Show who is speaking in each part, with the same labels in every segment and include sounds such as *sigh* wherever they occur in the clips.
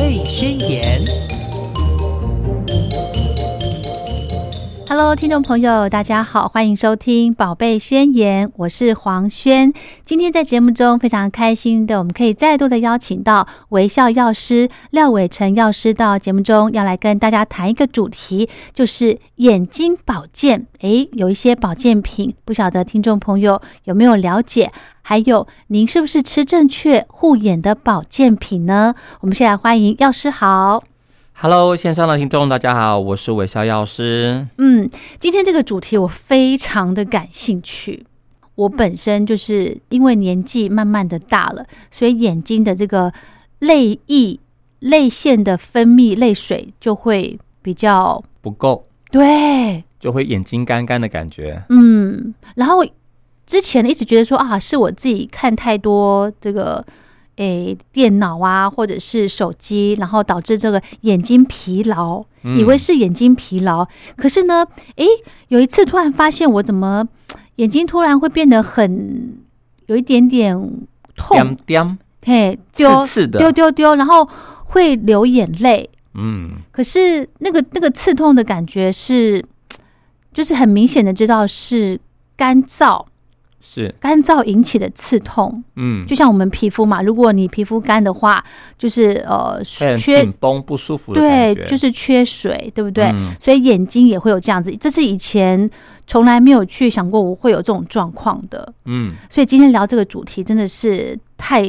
Speaker 1: 类宣言》。
Speaker 2: Hello，听众朋友，大家好，欢迎收听《宝贝宣言》，我是黄轩。今天在节目中非常开心的，我们可以再度的邀请到微笑药师廖伟成药师到节目中，要来跟大家谈一个主题，就是眼睛保健。诶，有一些保健品，不晓得听众朋友有没有了解？还有，您是不是吃正确护眼的保健品呢？我们先来欢迎药师好。
Speaker 3: Hello，线上的听众，大家好，我是韦逍药师。
Speaker 2: 嗯，今天这个主题我非常的感兴趣。我本身就是因为年纪慢慢的大了，所以眼睛的这个泪液、泪腺的分泌泪水就会比较
Speaker 3: 不够
Speaker 2: 对，
Speaker 3: 就会眼睛干干的感觉，
Speaker 2: 嗯。然后之前一直觉得说啊，是我自己看太多这个诶、电脑啊，或者是手机，然后导致这个眼睛疲劳。
Speaker 3: 嗯
Speaker 2: 以为是眼睛疲劳，可是呢，诶，有一次突然发现我怎么眼睛突然会变得很有一点点
Speaker 3: 嗯点
Speaker 2: 痛，
Speaker 3: 点
Speaker 2: 嘿，
Speaker 3: 刺
Speaker 2: 丢
Speaker 3: 刺的，
Speaker 2: 丢丢丢，然后会流眼泪。
Speaker 3: 嗯，
Speaker 2: 可是那个那个刺痛的感觉是，就是很明显的知道是干燥
Speaker 3: 是，
Speaker 2: 干燥引起的刺痛，
Speaker 3: 嗯，
Speaker 2: 就像我们皮肤嘛，如果你皮肤干的话，就是呃
Speaker 3: 会很
Speaker 2: 缺
Speaker 3: 紧绷不舒服的感
Speaker 2: 对
Speaker 3: 觉，，
Speaker 2: 就是缺水，对不对？
Speaker 3: 嗯
Speaker 2: 所以眼睛也会有这样子，这是以前从来没有去想过我会有这种状况的。
Speaker 3: 嗯，
Speaker 2: 所以今天聊这个主题真的是太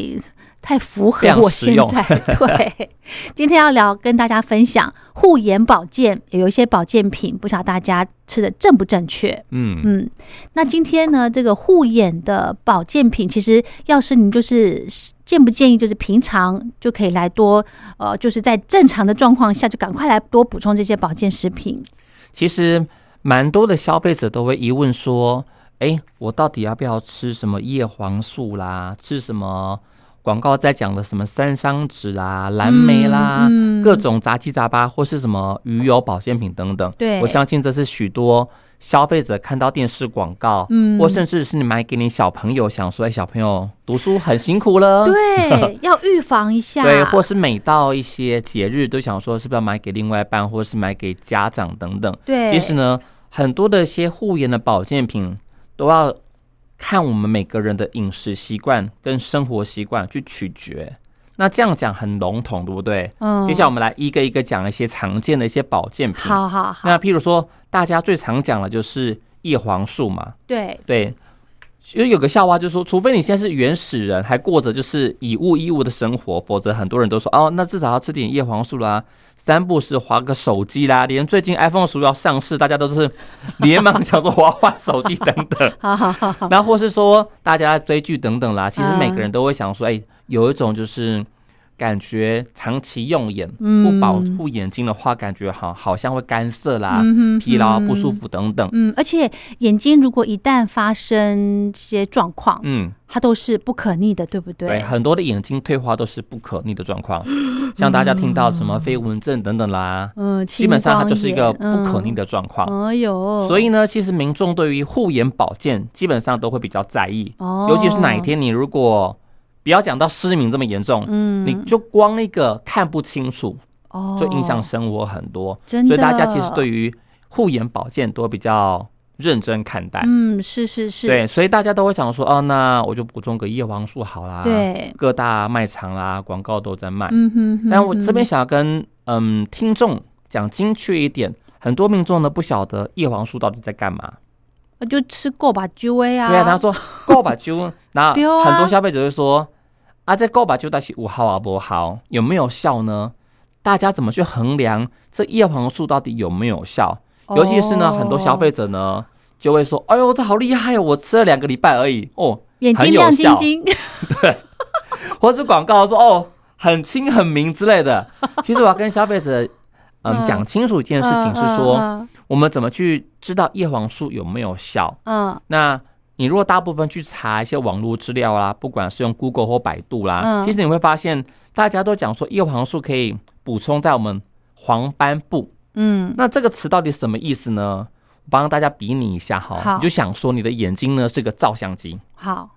Speaker 2: 太符合
Speaker 3: 非常
Speaker 2: 我
Speaker 3: 实
Speaker 2: 现
Speaker 3: 用
Speaker 2: 在。 *laughs* 对，今天要聊跟大家分享护眼保健，也有一些保健品，不晓得大家吃的正不正确。
Speaker 3: 嗯，
Speaker 2: 嗯，那今天呢，这个护眼的保健品，其实要是你就是建不建议，就是平常就可以来多，呃，就是在正常的状况下，就赶快来多补充这些保健食品。
Speaker 3: 其实蛮多的消费者都会疑问说，哎，我到底要不要吃什么叶黄素啦，吃什么广告在讲的什么三商脂啦、蓝莓啦，
Speaker 2: 嗯嗯
Speaker 3: 各种杂七杂八或是什么鱼油保健品等等。
Speaker 2: 对
Speaker 3: 我相信这是许多消费者看到电视广告，
Speaker 2: 嗯
Speaker 3: 或甚至是你买给你小朋友，想说，哎，小朋友读书很辛苦了。
Speaker 2: 对，要预防一下。
Speaker 3: 嗯对，或是每到一些节日都想说，是不是要买给另外一半，或是买给家长等等。
Speaker 2: 对，
Speaker 3: 其实呢，很多的一些护眼的保健品都要看我们每个人的饮食习惯跟生活习惯去取决。那这样讲很笼统，对不对？
Speaker 2: 嗯
Speaker 3: 接下来我们来一个一个讲一些常见的一些保健品。
Speaker 2: 好好好，
Speaker 3: 那譬如说，大家最常讲的就是叶黄素嘛，
Speaker 2: 对，
Speaker 3: 对。因为有个笑话，就是说，除非你现在是原始人，还过着就是以物易物的生活，否则很多人都说，哦，那至少要吃点叶黄素啦，三不时划个手机啦，连最近 iPhone 十五要上市，大家都是连忙想说我要换手机等等，
Speaker 2: *laughs* 好好好好，嗯
Speaker 3: 然后或是说大家追剧等等啦，其实每个人都会想说，哎、有一种就是感觉长期用眼不保
Speaker 2: 嗯
Speaker 3: 护眼睛的话，感觉好好像会干涩啦、
Speaker 2: 嗯哼
Speaker 3: 疲劳、啊不舒。
Speaker 2: 嗯
Speaker 3: 服等等，
Speaker 2: 嗯，而且眼睛如果一旦发生这些状况，
Speaker 3: 嗯。
Speaker 2: 它都是不可逆的，对不对？
Speaker 3: 对，很多的眼睛退化都是不可逆的
Speaker 2: *gasps*
Speaker 3: 状况，像大家听到什么飞蚊症等等啦，
Speaker 2: 嗯，
Speaker 3: 基本上它就是一个
Speaker 2: 青光
Speaker 3: 不
Speaker 2: 嗯眼
Speaker 3: 可逆。的状况。
Speaker 2: 嗯哎呦，
Speaker 3: 所以呢，其实民众对于护眼保健基本上都会比较在意，
Speaker 2: 哦，
Speaker 3: 尤其是哪一，天你如果不要讲到失明这么严重，
Speaker 2: 嗯，
Speaker 3: 你就光那个看不清楚，
Speaker 2: 哦，
Speaker 3: 就影响生活很多。
Speaker 2: 真的，
Speaker 3: 所以大家其实对于护眼保健都比较认真看待。
Speaker 2: 嗯，是是是，
Speaker 3: 对，所以大家都会想说，哦，那我就补充个叶黄素好啦。
Speaker 2: 对，
Speaker 3: 各大卖场啦、广告都在卖。
Speaker 2: 嗯哼哼
Speaker 3: 啊但我这边
Speaker 2: 哼
Speaker 3: 想要跟嗯听众讲精确一点，很多民众呢不晓得叶黄素到底在干嘛。
Speaker 2: 呃就吃够吧，GV 啊，
Speaker 3: 对啊，他说够把酒，那
Speaker 2: 对啊
Speaker 3: 很多消费者就说啊，这够把酒到底是五号啊不好，有没有效呢？大家怎么去衡量这叶黄素到底有没有效？
Speaker 2: 哦
Speaker 3: 尤其是呢，很多消费
Speaker 2: 者
Speaker 3: 者呢就会说，哎呦，这好厉害哦，我吃了两个礼拜而已哦，
Speaker 2: 眼睛
Speaker 3: 很有
Speaker 2: 亮晶
Speaker 3: 效
Speaker 2: 晶，
Speaker 3: 或是广告说哦很轻很明之类
Speaker 2: *laughs*
Speaker 3: 的。其实我要跟消费者嗯
Speaker 2: 嗯
Speaker 3: 讲清楚一件事情是说，
Speaker 2: 嗯，
Speaker 3: 我们怎么去知道叶黄素有没有效？
Speaker 2: 嗯
Speaker 3: 那你如果大部分去查一些网络资料啦，不管是用 Google 或百度啦
Speaker 2: 嗯，
Speaker 3: 其实你会发现大家都讲说叶黄素可以补充在我们黄斑部。
Speaker 2: 嗯，嗯
Speaker 3: 那这个词到底什么意思呢？我帮大家比拟一下哈，
Speaker 2: 好
Speaker 3: 你就想说你的眼睛呢是个照相机，
Speaker 2: 好，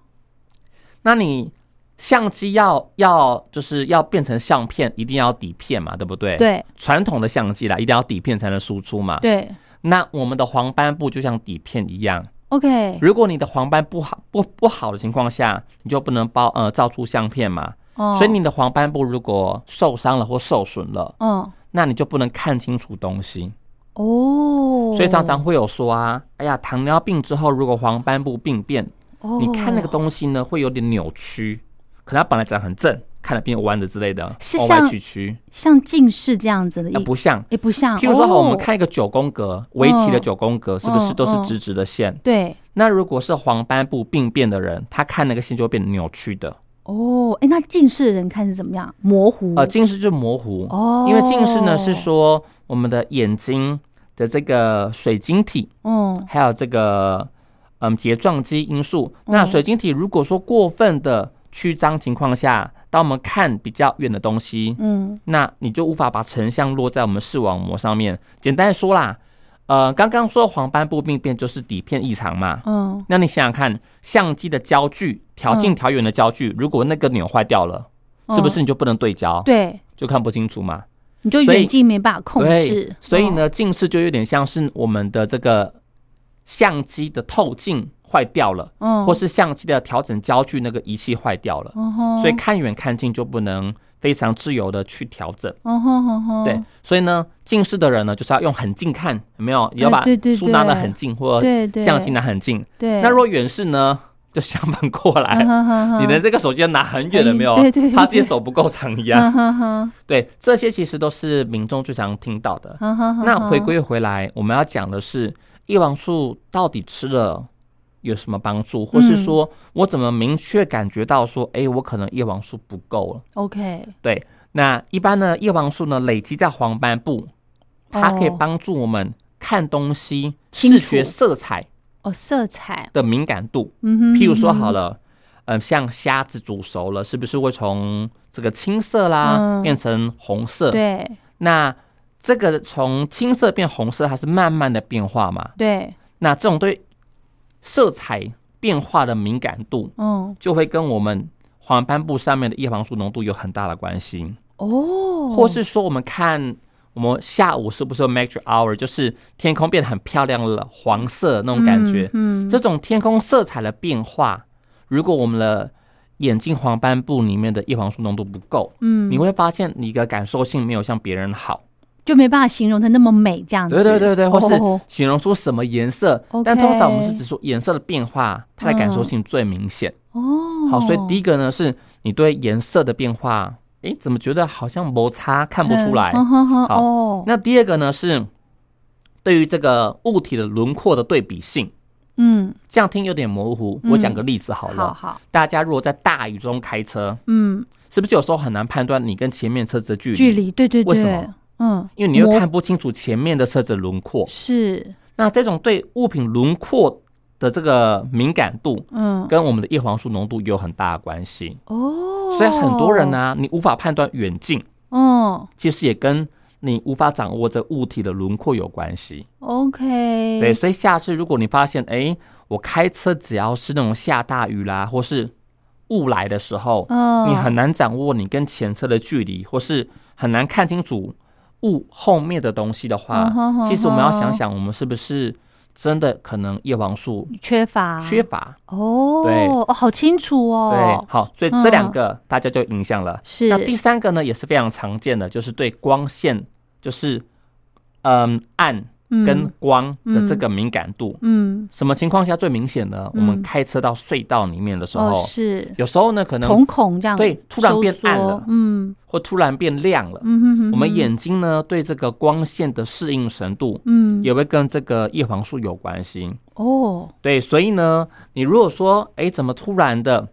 Speaker 3: 那你相机要要就是要变成相片，一定要底片嘛，对不对？，
Speaker 2: 对
Speaker 3: 传统的相机啦，一定要底片才能输出嘛。
Speaker 2: 对
Speaker 3: 那我们的黄斑部就像底片一样，
Speaker 2: ，OK，
Speaker 3: 如果你的黄斑不好不不好的情况下，你就不能包呃照出相片嘛。
Speaker 2: 哦，
Speaker 3: 所以你的黄斑部如果受伤了或受损了，
Speaker 2: 嗯
Speaker 3: 那你就不能看清楚东西。
Speaker 2: 哦，
Speaker 3: 所以常常会有说啊，哎呀，糖尿病之后如果黄斑部病变，
Speaker 2: 哦
Speaker 3: 你看那个东西呢会有点扭曲，可能它本来长很正，看了变弯的之类的，
Speaker 2: 是
Speaker 3: 弯
Speaker 2: 像
Speaker 3: 弯曲曲，
Speaker 2: 像近视这样子的，
Speaker 3: 那
Speaker 2: 也
Speaker 3: 不像。
Speaker 2: 也不像，
Speaker 3: 譬如说，好，我
Speaker 2: 哦
Speaker 3: 们看一个九宫格，围棋的
Speaker 2: 嗯
Speaker 3: 九宫格是不是
Speaker 2: 嗯
Speaker 3: 都
Speaker 2: 嗯
Speaker 3: 是直直的线？
Speaker 2: 对
Speaker 3: 那如果是黄斑部病变的人，他看那个线就会变扭曲的，
Speaker 2: 哦，哎，那近视的人看是怎么样？模糊
Speaker 3: 呃，近视就模糊，
Speaker 2: 嗯哦，
Speaker 3: 因为近视呢是，说我们的眼睛的这个水晶体，
Speaker 2: 嗯
Speaker 3: 还有这个嗯睫状肌因素。那
Speaker 2: 嗯
Speaker 3: 水晶体如果说过分的曲张情况下，当我们看比较远的东西，
Speaker 2: 嗯
Speaker 3: 那你就无法把成像落在我们视网膜上面。简单地说啦，呃，刚刚说黄斑部病变就是底片异常嘛。
Speaker 2: 嗯，
Speaker 3: 那你想想看，相机的焦距调近调远的焦距，如果那个钮坏掉了，是不是你就不能对焦，
Speaker 2: 对，
Speaker 3: 就看不清楚嘛？
Speaker 2: 你就
Speaker 3: 所以
Speaker 2: 远近没办法控
Speaker 3: 对
Speaker 2: 制，，
Speaker 3: 所以
Speaker 2: 嗯，
Speaker 3: 呢，近视就有点像是我们的这个相机的透镜坏掉了，
Speaker 2: 嗯，
Speaker 3: 或是相机的调整焦距那个仪器坏掉了，
Speaker 2: 嗯哼，
Speaker 3: 所以看远看近就不能非常自由的去调整。
Speaker 2: 嗯哼嗯哼，
Speaker 3: 对，所以呢，近视的人呢，就是要用很近看，有没有？要把
Speaker 2: 哎对对
Speaker 3: 书拿得
Speaker 2: 对
Speaker 3: 很近，或
Speaker 2: 对对，
Speaker 3: 相机拿很近。
Speaker 2: 对，嗯
Speaker 3: 那如果远视呢，就相反过来。你
Speaker 2: 你
Speaker 3: 的这个手机要拿很远了没有？
Speaker 2: 哎对对嗯对
Speaker 3: 怕自己手不够长一样。
Speaker 2: 哼哼哼
Speaker 3: 对，这些其实都是民众最常听到的。
Speaker 2: 哼嗯哼哼
Speaker 3: 那回归回来，我们要讲的是叶黄素到底吃了有什么帮助，或是说
Speaker 2: 嗯
Speaker 3: 我怎么明确感觉到说，哎、我可能叶黄素不够了？
Speaker 2: OK，
Speaker 3: 那一般呢，叶黄素呢累积在黄斑部，它可以
Speaker 2: 哦
Speaker 3: 帮助我们看东西、
Speaker 2: 清
Speaker 3: 视觉
Speaker 2: 楚
Speaker 3: 色彩
Speaker 2: 哦，色彩，
Speaker 3: 的敏感度。
Speaker 2: 嗯哼，
Speaker 3: 譬如说好
Speaker 2: 了，
Speaker 3: 了，嗯、像虾子煮熟了，是不是会从这个青色啦、
Speaker 2: 嗯
Speaker 3: 变成红色？
Speaker 2: 对
Speaker 3: 那这个从青色变红色，它是慢慢的变化嘛？
Speaker 2: 对，
Speaker 3: 那这种对色彩变化的敏感度，
Speaker 2: 嗯，
Speaker 3: 就会跟我们黄斑部上面的叶黄素浓度有很大的关系，
Speaker 2: 哦，
Speaker 3: 或是说我们看。我们下午是不是有 magic hour？就是天空变得很漂亮了，黄色那种感觉。
Speaker 2: 嗯，嗯
Speaker 3: 这种天空色彩的变化，如果我们的眼睛黄斑部里面的叶黄素浓度不够，
Speaker 2: 嗯，
Speaker 3: 你会发现你的感受性没有像别人好。
Speaker 2: 就没办法形容它那么美这样子，
Speaker 3: 对对对对，或是
Speaker 2: 哦
Speaker 3: 形容出什么颜色，
Speaker 2: OK
Speaker 3: 但通常我们是指说颜色的变化，它的感受性最明显。
Speaker 2: 哦，
Speaker 3: 好，所以第一个呢是你对颜色的变化，诶，怎么觉得好像摩擦看不出来？
Speaker 2: 嗯哼哼
Speaker 3: 好
Speaker 2: 哦，
Speaker 3: 那第二个呢是对于这个物体的轮廓的对比性，
Speaker 2: 嗯，
Speaker 3: 这样听有点模糊。
Speaker 2: 嗯
Speaker 3: 我讲个例子好了，
Speaker 2: 好好，
Speaker 3: 大家如果在大雨中开车，
Speaker 2: 嗯，
Speaker 3: 是不是有时候很难判断你跟前面车子的距离？
Speaker 2: 距离，对对
Speaker 3: 为什
Speaker 2: 对
Speaker 3: 么，
Speaker 2: 嗯，
Speaker 3: 因为你又
Speaker 2: 模
Speaker 3: 看不清楚前面的车子的轮廓。
Speaker 2: 是，
Speaker 3: 那这种对物品轮廓的这个敏感度，
Speaker 2: 嗯，
Speaker 3: 跟我们的叶黄素浓度有很大的关系。
Speaker 2: 哦，
Speaker 3: 所以很多人呢、，你无法判断远近，
Speaker 2: 嗯
Speaker 3: 其实也跟你无法掌握这物体的轮廓有关系。
Speaker 2: ，OK，
Speaker 3: 对，，所以下次如果你发现，哎，我开车只要是那种下大雨啦，或是雾来的时候，
Speaker 2: 嗯，
Speaker 3: 你很难掌握你跟前车的距离，或是很难看清楚雾后面的东西的话
Speaker 2: 嗯哼哼，哼
Speaker 3: 其实我们要想想，我们是不是真的可能叶黄素
Speaker 2: 缺乏，
Speaker 3: 缺乏？
Speaker 2: 哦，
Speaker 3: 对
Speaker 2: 哦，好清楚
Speaker 3: 对
Speaker 2: 哦，，
Speaker 3: 好，所以这两个大家就影响了。
Speaker 2: 是，
Speaker 3: 那第三个呢，也是非常常见的，就是对光线，就是嗯暗跟
Speaker 2: 嗯
Speaker 3: 光的这个敏感度。
Speaker 2: 嗯，
Speaker 3: 什么情况下最明显呢？
Speaker 2: 嗯
Speaker 3: 我们开车到隧道里面的时
Speaker 2: 哦
Speaker 3: 候，
Speaker 2: 是
Speaker 3: 有时候呢可能
Speaker 2: 瞳孔这样，
Speaker 3: 对突然变暗了
Speaker 2: 嗯
Speaker 3: 会突然变亮了。
Speaker 2: 嗯哼哼，
Speaker 3: 我们眼睛呢对这个光线的适应程度
Speaker 2: 嗯
Speaker 3: 也会跟这个叶黄素有关系。
Speaker 2: 哦
Speaker 3: 对，所以呢，你如果说，哎，怎么突然的，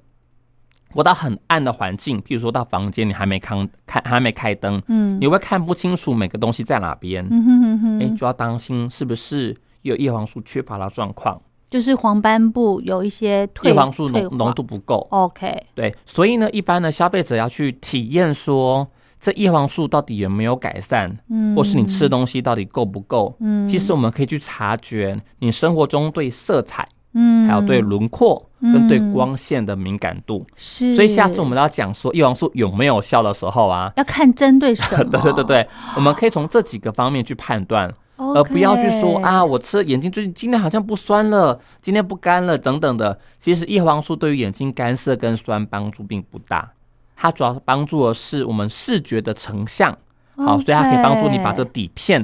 Speaker 3: 我到很暗的环境，譬如说到房间，你还没看看还没开灯，
Speaker 2: 嗯
Speaker 3: 你会看不清楚每个东西在哪边，
Speaker 2: 嗯哼哼
Speaker 3: 哎、
Speaker 2: 哼，
Speaker 3: 就要当心是不是有叶黄素缺乏的状况，
Speaker 2: 就是黄斑部有一些退
Speaker 3: 叶黄素浓
Speaker 2: 退化
Speaker 3: 浓度不够。
Speaker 2: ，OK，
Speaker 3: 对，所以呢，一般呢，消费者要去体验说，这叶黄素到底有没有改善，
Speaker 2: 嗯，
Speaker 3: 或是你吃的东西到底够不够。
Speaker 2: 嗯，
Speaker 3: 其实我们可以去察觉你生活中对色彩
Speaker 2: 嗯，
Speaker 3: 还有对轮廓跟对光线的敏感度。
Speaker 2: 是，
Speaker 3: 所以下次我们要讲说叶黄素有没有效的时候啊，
Speaker 2: 要看针对什么，
Speaker 3: *laughs* 对对对
Speaker 2: 哦
Speaker 3: 对，我们可以从这几个方面去判断，
Speaker 2: OK，
Speaker 3: 而不要去说啊，我吃了眼睛最近今天好像不酸了，今天不干了等等的。其实叶黄素对于眼睛干涩跟酸帮助并不大，它主要帮助的是我们视觉的成像，好，所以它可以帮助你把这底片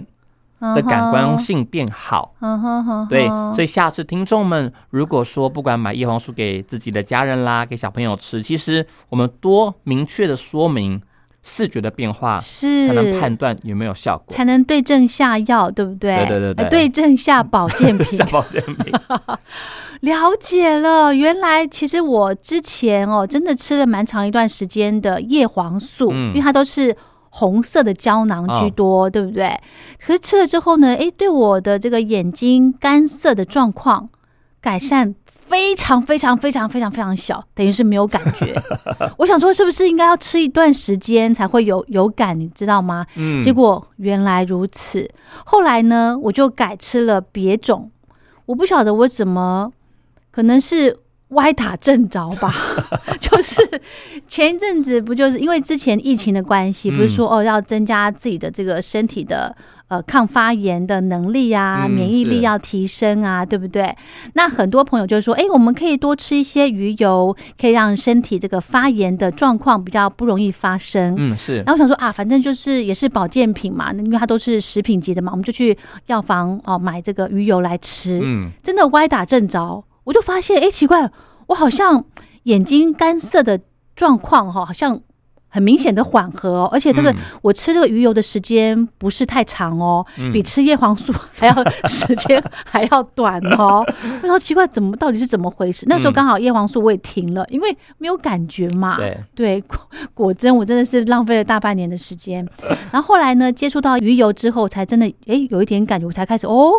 Speaker 2: 的
Speaker 3: 的感官，性变好。
Speaker 2: 嗯哼哼，
Speaker 3: 对，所以下次听众们如果说不管买叶黄素给自己的家人啦，给小朋友吃，其实我们多明确的说明视觉的变化，
Speaker 2: 是
Speaker 3: 才能判断有没有效 *laughs* 果。
Speaker 2: 才能对症下药，对不对？
Speaker 3: 对对对对
Speaker 2: 呃对症下保健
Speaker 3: *laughs*
Speaker 2: 品
Speaker 3: 像。保健品，
Speaker 2: 了解了，原来其实我之前哦，真的吃了蛮长一段时间的叶黄素，
Speaker 3: 嗯
Speaker 2: 因为它都是。红色的胶囊居多，对不对？可是吃了之后呢，诶，对我的这个眼睛干涩的状况改善非常非常非常非常非常小，等于是没有感觉。我想说，是不是应该要吃一段时间才会有有感，你知道吗？
Speaker 3: 嗯，
Speaker 2: 结果原来如此。后来呢，我就改吃了别种，我不晓得我怎么，可能是歪打正着
Speaker 3: *laughs*
Speaker 2: 吧。就是前一阵子不就是因为之前疫情的关系，
Speaker 3: 嗯
Speaker 2: 不是说哦要增加自己的这个身体的呃抗发炎的能力啊，
Speaker 3: 嗯
Speaker 2: 免疫力
Speaker 3: 是
Speaker 2: 要提升啊，对不对？那很多朋友就说，哎，我们可以多吃一些鱼油，可以让身体这个发炎的状况比较不容易发生。
Speaker 3: 嗯是
Speaker 2: 然，后我想说啊，反正就是也是保健品嘛，那因为它都是食品级的嘛，我们就去药房哦买这个鱼油来吃。
Speaker 3: 嗯
Speaker 2: 真的歪打正着，我就发现哎，诶奇怪，我好像眼睛干涩的状况哈、好像很明显的缓和、哦，而且这个、
Speaker 3: 嗯
Speaker 2: 我吃这个鱼油的时间不是太长哦，
Speaker 3: 嗯
Speaker 2: 比吃叶黄素 *laughs* 还要时间还要短哦。我说奇怪，怎么到底是怎么回事？那时候
Speaker 3: 嗯
Speaker 2: 刚好叶黄素我也停了，因为没有感觉嘛。
Speaker 3: 对，
Speaker 2: 对， *laughs* 果果真我真的是浪费了大半年的时间。然后后来呢，接触到鱼油之后，才真的诶有一点感觉，我才开始哦，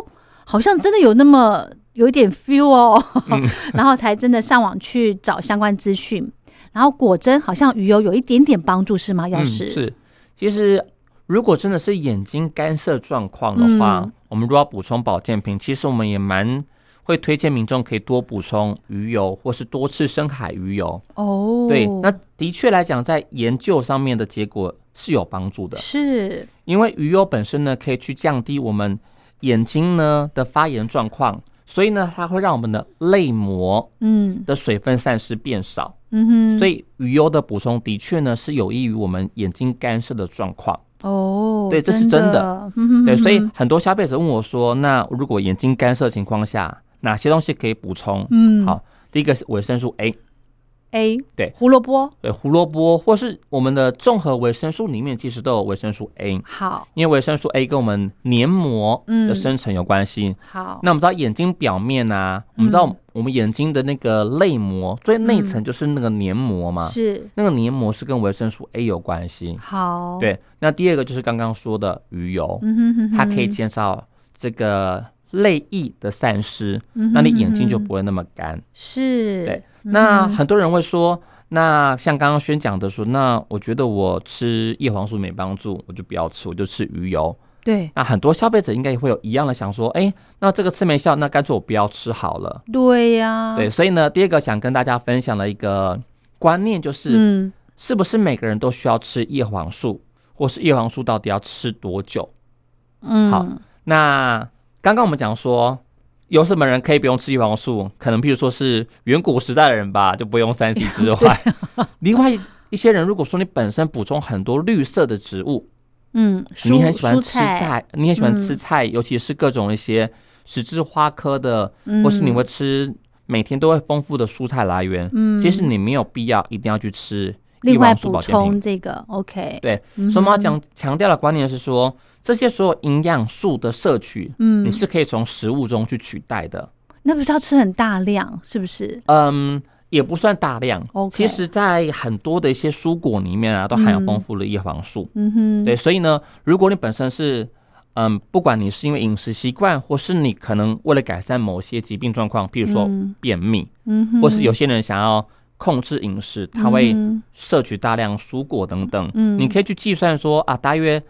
Speaker 2: 好像真的有那么有一点 feel 哦，
Speaker 3: 嗯
Speaker 2: *laughs* 然后才真的上网去找相关资讯。然后果真好像鱼油有一点点帮助，是吗？药
Speaker 3: 嗯
Speaker 2: 师、
Speaker 3: 是，其实如果真的是眼睛干涩状况的话，
Speaker 2: 嗯
Speaker 3: 我们如果要补充保健品，其实我们也蛮会推荐民众可以多补充鱼油，或是多吃深海鱼油。
Speaker 2: 哦，
Speaker 3: 对，那的确来讲，在研究上面的结果是有帮助的，
Speaker 2: 是
Speaker 3: 因为鱼油本身呢，可以去降低我们眼睛呢的发炎状况，所以呢，它会让我们的泪膜
Speaker 2: 嗯
Speaker 3: 的水分散失变少，
Speaker 2: 嗯哼，
Speaker 3: 所
Speaker 2: 以
Speaker 3: 以鱼油的补充的确呢是有益于我们眼睛干涉的状况。
Speaker 2: 哦，
Speaker 3: 对这是真
Speaker 2: 真
Speaker 3: 的，
Speaker 2: 嗯哼
Speaker 3: 对，所以
Speaker 2: 嗯
Speaker 3: 很多消费者问我说，那如果眼睛干涉情况下，哪些东西可以补充？
Speaker 2: 嗯
Speaker 3: 好，第一个是维生素 A，
Speaker 2: A
Speaker 3: 对
Speaker 2: 胡萝卜
Speaker 3: 对，胡萝卜或是我们的综合维生素里面其实都有维生素 A。
Speaker 2: 好
Speaker 3: 因为维生素 A 哎跟我们黏膜
Speaker 2: 嗯哦
Speaker 3: 的生成有关系。
Speaker 2: 好
Speaker 3: 那我们知道眼睛表面啊，我们知
Speaker 2: 嗯
Speaker 3: 道我们眼睛的那个泪膜最内层就是那个黏膜嘛，
Speaker 2: 是
Speaker 3: 那个黏膜是跟维生素 A 有关系。
Speaker 2: 好，
Speaker 3: 对，那第二个就是刚刚说的鱼油，
Speaker 2: 哦嗯哼哼哼，
Speaker 3: 它可以减少这个泪液的散失，
Speaker 2: 嗯哼哼哼，
Speaker 3: 那你眼睛就不会那么干。
Speaker 2: 是
Speaker 3: 对，
Speaker 2: 嗯
Speaker 3: 那很多人会说。那像刚刚宣讲的说，那我觉得我吃叶黄素没帮助，我就不要吃，我就吃鱼油。
Speaker 2: 对
Speaker 3: 那很多消费者应该也会有一样的想说，哎，那这个吃没效，那干脆我不要吃好了。
Speaker 2: 对呀、
Speaker 3: 对，，所以呢，第二个想跟大家分享的一个观念就是，
Speaker 2: 嗯
Speaker 3: 是不是每个人都需要吃叶黄素，或是叶黄素到底要吃多久？
Speaker 2: 嗯，
Speaker 3: 好那刚刚我们讲说。有什么人可以不用吃叶黄素？可能譬如说是远古时代的人吧，就不用三 C 之外，另外一些人，如果说你本身补充很多绿色的植物，
Speaker 2: 嗯，蔬
Speaker 3: 你很喜欢
Speaker 2: 蔬嗯
Speaker 3: 吃菜，你很喜欢吃菜，尤其是各种一些十字花科的，或是你会吃每天都会丰富的蔬菜来源。
Speaker 2: 嗯，
Speaker 3: 其实你没有必要一定要去吃
Speaker 2: 另
Speaker 3: 叶
Speaker 2: 外
Speaker 3: 黄素
Speaker 2: 补
Speaker 3: 保健品
Speaker 2: 充。这个 OK，
Speaker 3: 对，
Speaker 2: 嗯哼
Speaker 3: 所以我们要讲强调的观念是说，这些所有营养素的摄取，
Speaker 2: 嗯
Speaker 3: 你，是可以从食物中去取代的。
Speaker 2: 那不是要吃很大量，是不是？
Speaker 3: 嗯，也不算大量。
Speaker 2: OK
Speaker 3: 其实，在很多的一些蔬果里面啊，都含有
Speaker 2: 嗯
Speaker 3: 丰富的叶黄素。
Speaker 2: 嗯哼，
Speaker 3: 对，所以呢，如果你本身是，嗯，不管你是因为饮食习惯，或是你可能为了改善某些疾病状况，譬如说
Speaker 2: 嗯
Speaker 3: 便秘，
Speaker 2: 嗯哼，
Speaker 3: 或是有些人想要控制饮食，他会
Speaker 2: 嗯
Speaker 3: 摄取大量蔬果等等，
Speaker 2: 嗯
Speaker 3: 你可以去计算说啊，大约。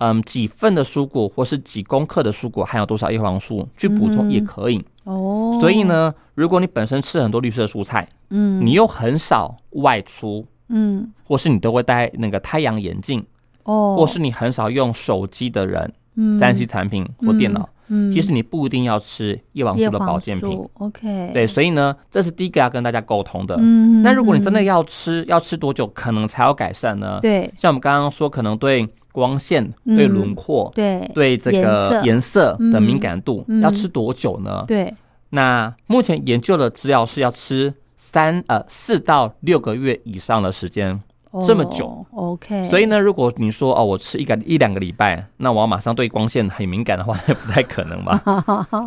Speaker 3: 嗯，几份的蔬果或是几公克的蔬果含有多少叶黄素，去补充也可以。
Speaker 2: 哼哦，
Speaker 3: 所以，呢，如果你本身吃很多绿色蔬菜，
Speaker 2: 嗯，
Speaker 3: 你又很少外出，
Speaker 2: 嗯
Speaker 3: 或是你都会戴那个太阳眼镜，
Speaker 2: 哦，
Speaker 3: 或是你很少用手机的人，
Speaker 2: 嗯
Speaker 3: 三 C 产品或电脑，
Speaker 2: 嗯，
Speaker 3: 其实你不一定要吃叶黄素
Speaker 2: 叶
Speaker 3: 的
Speaker 2: 黄
Speaker 3: 保健品。
Speaker 2: 素，OK，
Speaker 3: 对，，所以呢，这是第一个要跟大家沟通的。
Speaker 2: 嗯，
Speaker 3: 那如果你真的
Speaker 2: 嗯
Speaker 3: 要吃，要吃多久可能才有改善呢？
Speaker 2: 对
Speaker 3: 像我们刚刚说，可能对光线、
Speaker 2: 嗯
Speaker 3: 对轮廓、
Speaker 2: 对
Speaker 3: 对这个
Speaker 2: 颜色
Speaker 3: 颜色的敏感度，
Speaker 2: 嗯嗯
Speaker 3: 要吃多久呢？
Speaker 2: 对，
Speaker 3: 那目前研究的资料是要吃三呃四到六个月以上的时间。这么久
Speaker 2: 哦，OK，
Speaker 3: 所以呢，如果你说哦，我吃一个一两个礼拜，那我要马上对光线很敏感的话，那不太可
Speaker 2: *laughs*
Speaker 3: 能吧？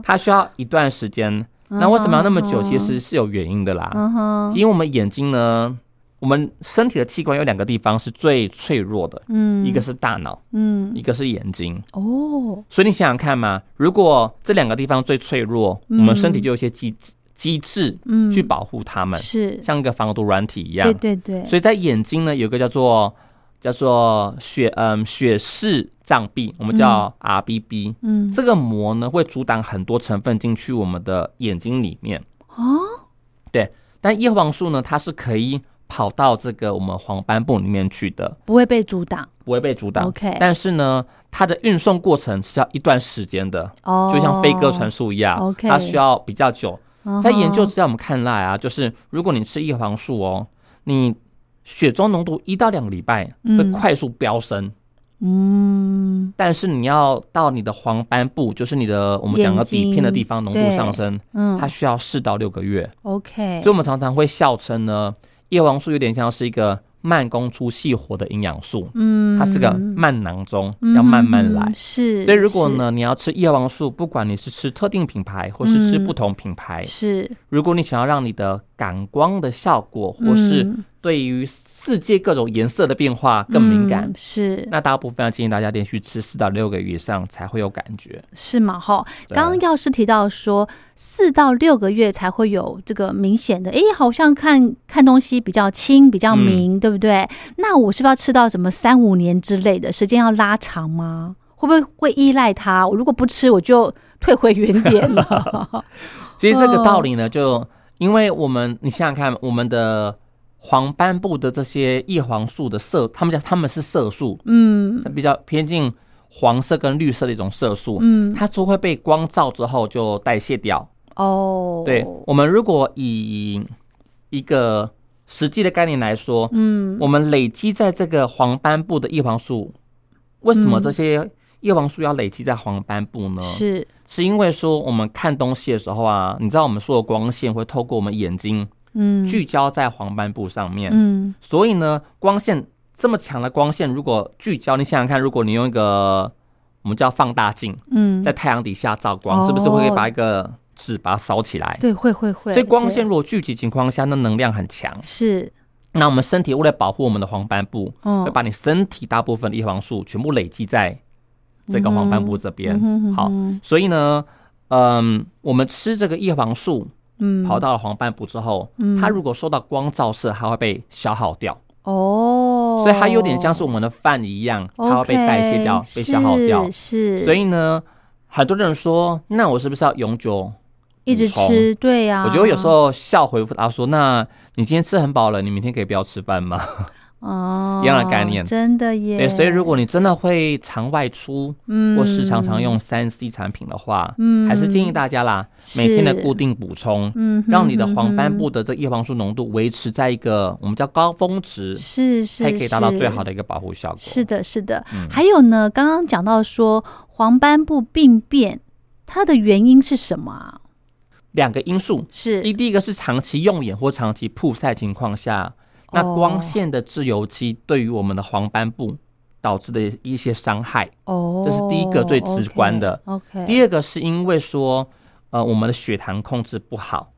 Speaker 3: 它需要一段时间。那为什么要那么久？
Speaker 2: 嗯嗯哼
Speaker 3: 其实是有原因的啦。
Speaker 2: 嗯哼，
Speaker 3: 因为我们眼睛呢，我们身体的器官有两个地方是最脆弱的，
Speaker 2: 嗯，
Speaker 3: 一个是大脑，
Speaker 2: 嗯
Speaker 3: 一个是眼睛。
Speaker 2: 哦，
Speaker 3: 所以你想想看嘛，如果这两个地方最脆弱，
Speaker 2: 嗯
Speaker 3: 我们身体就有一些机制机制
Speaker 2: 嗯，
Speaker 3: 去保护它们，
Speaker 2: 是，
Speaker 3: 像一个防毒软体一样
Speaker 2: 对。对对，
Speaker 3: 所以在眼睛呢，有一个叫做叫做血嗯血视障壁，我们叫 RBB。
Speaker 2: 嗯，
Speaker 3: 这个膜呢，会阻挡很多成分进去我们的眼睛里面。
Speaker 2: 哦，
Speaker 3: 但叶黄素呢，它是可以跑到这个我们黄斑部里面去的，
Speaker 2: 不会被阻挡
Speaker 3: 不会被阻挡。
Speaker 2: ，OK，
Speaker 3: 但是呢，它的运送过程是要一段时间的，
Speaker 2: 哦，
Speaker 3: 就像飞鸽传书一样，
Speaker 2: OK
Speaker 3: 它需要比较久。
Speaker 2: 嗯哼，
Speaker 3: 在研究资料我们看来啊，就是如果你吃叶黄素哦，你血中浓度一到两个礼拜会
Speaker 2: 嗯
Speaker 3: 快速飙升，
Speaker 2: 嗯
Speaker 3: 但是你要到你的黄斑部，就是你的我们讲的
Speaker 2: 眼睛
Speaker 3: 底片的地方浓度
Speaker 2: 对
Speaker 3: 上升，它
Speaker 2: 嗯
Speaker 3: 需要四到六个月。
Speaker 2: ，OK，
Speaker 3: 所以我们常常会笑称呢，叶黄素有点像是一个慢工出细活的营养素，
Speaker 2: 嗯，
Speaker 3: 它是个慢囊中，
Speaker 2: 嗯
Speaker 3: 要慢慢来。
Speaker 2: 是，
Speaker 3: 所以如果
Speaker 2: 是
Speaker 3: 呢，你要吃叶黄素，不管你是吃特定品牌或是吃
Speaker 2: 嗯
Speaker 3: 不同品牌，
Speaker 2: 是，
Speaker 3: 如果你想要让你的感光的效果，或是
Speaker 2: 嗯
Speaker 3: 对于世界各种颜色的变化更敏感，
Speaker 2: 嗯是
Speaker 3: 那大部分要建议大家连续吃四到六个月以上才会有感觉。
Speaker 2: 是嘛哈。
Speaker 3: 对
Speaker 2: 刚刚药师提到说，四到六个月才会有这个明显的，诶，好像看看东西比较清、比较
Speaker 3: 嗯
Speaker 2: 明，对不对？那我是不是要吃到什么三五年之类的时间要拉长吗？会不会会依赖它？我如果不吃，我就退回原点
Speaker 3: *laughs*
Speaker 2: 了。
Speaker 3: 其实这个道理呢，就因为我们你想想看，我们的黄斑部的这些叶黄素的色，他们叫他们是色素，
Speaker 2: 嗯
Speaker 3: 它比较偏近黄色跟绿色的一种色素，
Speaker 2: 嗯，
Speaker 3: 它就会被光照之后就代谢掉。
Speaker 2: 哦，
Speaker 3: 对我们如果以一个实际的概念来说，
Speaker 2: 嗯，
Speaker 3: 我们累积在这个黄斑部的叶黄素，为什么这些叶黄素要累积在黄斑部呢？
Speaker 2: 是，
Speaker 3: 是因为说我们看东西的时候啊，你知道我们说的光线会透过我们眼睛
Speaker 2: 嗯，
Speaker 3: 聚焦在黄斑部上面，
Speaker 2: 嗯
Speaker 3: 所以呢，光线这么强的光线如果聚焦，你想想看，如果你用一个我们叫放大镜
Speaker 2: 嗯，
Speaker 3: 在太阳底下照光，
Speaker 2: 哦
Speaker 3: 是不是会把一个纸把它烧起来？
Speaker 2: 对，会会会，
Speaker 3: 所以光
Speaker 2: 对
Speaker 3: 线如果聚集情况下，那能量很强。
Speaker 2: 是，
Speaker 3: 那我们身体为了保护我们的黄斑部，
Speaker 2: 嗯
Speaker 3: 会，把你身体大部分的叶黄素全部累积在这个黄斑部这边。
Speaker 2: 嗯
Speaker 3: 好，所以呢，嗯，我们吃这个叶黄素
Speaker 2: 嗯，
Speaker 3: 跑到了黄斑部之后，
Speaker 2: 嗯
Speaker 3: 它如果受到光照射，它会被消耗掉，
Speaker 2: 哦，
Speaker 3: 所以它有点像是我们的饭一样，它会被
Speaker 2: OK，
Speaker 3: 代谢掉、被消耗掉
Speaker 2: 是。是，
Speaker 3: 所以呢，很多人说，那我是不是要永久？
Speaker 2: 一直
Speaker 3: 补充
Speaker 2: 吃，对啊呀、
Speaker 3: 我觉得我有时，候笑回复他说：“那你今天吃很饱了，你明天可以不要吃饭吗 *laughs*
Speaker 2: 哦，
Speaker 3: 一样的概念
Speaker 2: 真的？”耶。
Speaker 3: 对，所以如果你真的会常外出，
Speaker 2: 嗯，
Speaker 3: 或是常常用三 C 产品的话，
Speaker 2: 嗯
Speaker 3: 还是建议大家啦，
Speaker 2: 是
Speaker 3: 每天的固定补充，
Speaker 2: 嗯哼，
Speaker 3: 让你的黄斑
Speaker 2: 嗯
Speaker 3: 部的这叶黄素浓度维持在一个我们叫高峰值
Speaker 2: 哼，是是
Speaker 3: 才可以达到最好
Speaker 2: 的。
Speaker 3: 的一个保护效果。嗯
Speaker 2: 是的，是的。还有呢，刚刚讲到说黄斑部病变，它的原因是什么啊？
Speaker 3: 两个因素，
Speaker 2: 是
Speaker 3: 一第一个是长期用眼或长期曝晒情况下，那
Speaker 2: 哦
Speaker 3: 光线的自由基对于我们的黄斑部导致的一些伤害。
Speaker 2: 哦，
Speaker 3: 这是第一个最直观的。
Speaker 2: OK，,
Speaker 3: 第
Speaker 2: 二
Speaker 3: 二个是因为说，呃，我们的血糖控制不好，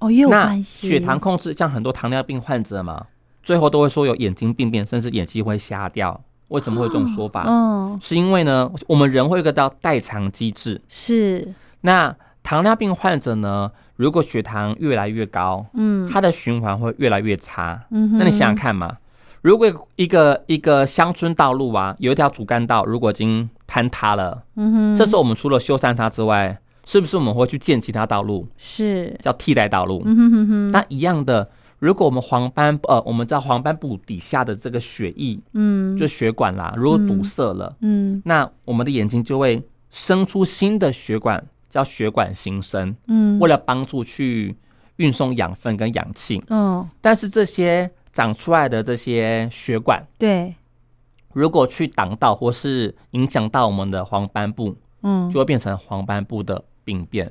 Speaker 2: 哦也有
Speaker 3: 那
Speaker 2: 关系，
Speaker 3: 血糖控制像很多糖尿病患者嘛，最后都会说有眼睛病变，甚至眼睛会瞎掉。为什么会有这种说法？
Speaker 2: 嗯
Speaker 3: 是因为呢，我们人会有一个叫代偿机制。
Speaker 2: 是
Speaker 3: 那糖尿病患者呢，如果血糖越来越高，
Speaker 2: 嗯
Speaker 3: 它的循环会越来越差。
Speaker 2: 嗯哼，
Speaker 3: 那你想想看嘛，如果一个一个乡村道路啊，有一条主干道如果已经坍塌了，
Speaker 2: 嗯哼，
Speaker 3: 这时候我们除了修缮它之外，是不是我们会去建其他道路，
Speaker 2: 是，
Speaker 3: 叫替代道路？
Speaker 2: 嗯哼哼哼，
Speaker 3: 那一样的，如果我们黄斑呃，我们知道黄斑部底下的这个血液
Speaker 2: 嗯，
Speaker 3: 就血管啦，如果堵塞了，
Speaker 2: 嗯
Speaker 3: 那我们的眼睛就会生出新的血管，叫血管新生，
Speaker 2: 嗯，
Speaker 3: 为了帮助去运送养分跟氧气。
Speaker 2: 嗯，
Speaker 3: 但是这些长出来的这些血管，
Speaker 2: 对，
Speaker 3: 如果去挡到或是影响到我们的黄斑部，
Speaker 2: 嗯，
Speaker 3: 就会变成黄斑部的病变。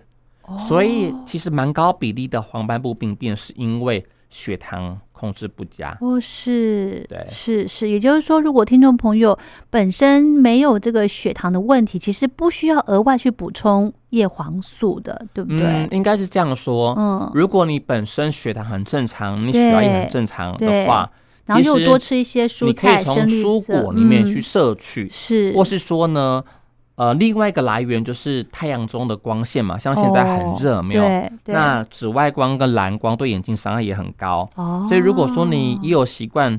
Speaker 2: 哦
Speaker 3: 所以其实蛮高比例的黄斑部病变是因为血糖控制不佳。
Speaker 2: 哦，是，
Speaker 3: 对
Speaker 2: 是是，也就是说，如果听众朋友本身没有这个血糖的问题，其实不需要额外去补充叶黄素的，对不
Speaker 3: 嗯
Speaker 2: 对？，
Speaker 3: 应该是这样说。
Speaker 2: 嗯，
Speaker 3: 如果你本身血糖很正常，你
Speaker 2: 对
Speaker 3: 血压也很正常
Speaker 2: 对
Speaker 3: 的话，
Speaker 2: 然后
Speaker 3: 其实
Speaker 2: 又多吃一些蔬
Speaker 3: 你可以
Speaker 2: 菜、
Speaker 3: 从
Speaker 2: 深绿
Speaker 3: 蔬
Speaker 2: 色，
Speaker 3: 果里面去
Speaker 2: 嗯、
Speaker 3: 摄取，
Speaker 2: 是，
Speaker 3: 或是说呢，呃，另外一个来源就是太阳中的光线嘛，像现在很热，
Speaker 2: 哦
Speaker 3: 没有？
Speaker 2: 对对
Speaker 3: 那紫外光跟蓝光对眼睛伤害也很高，
Speaker 2: 哦，
Speaker 3: 所以如果说你也有习惯，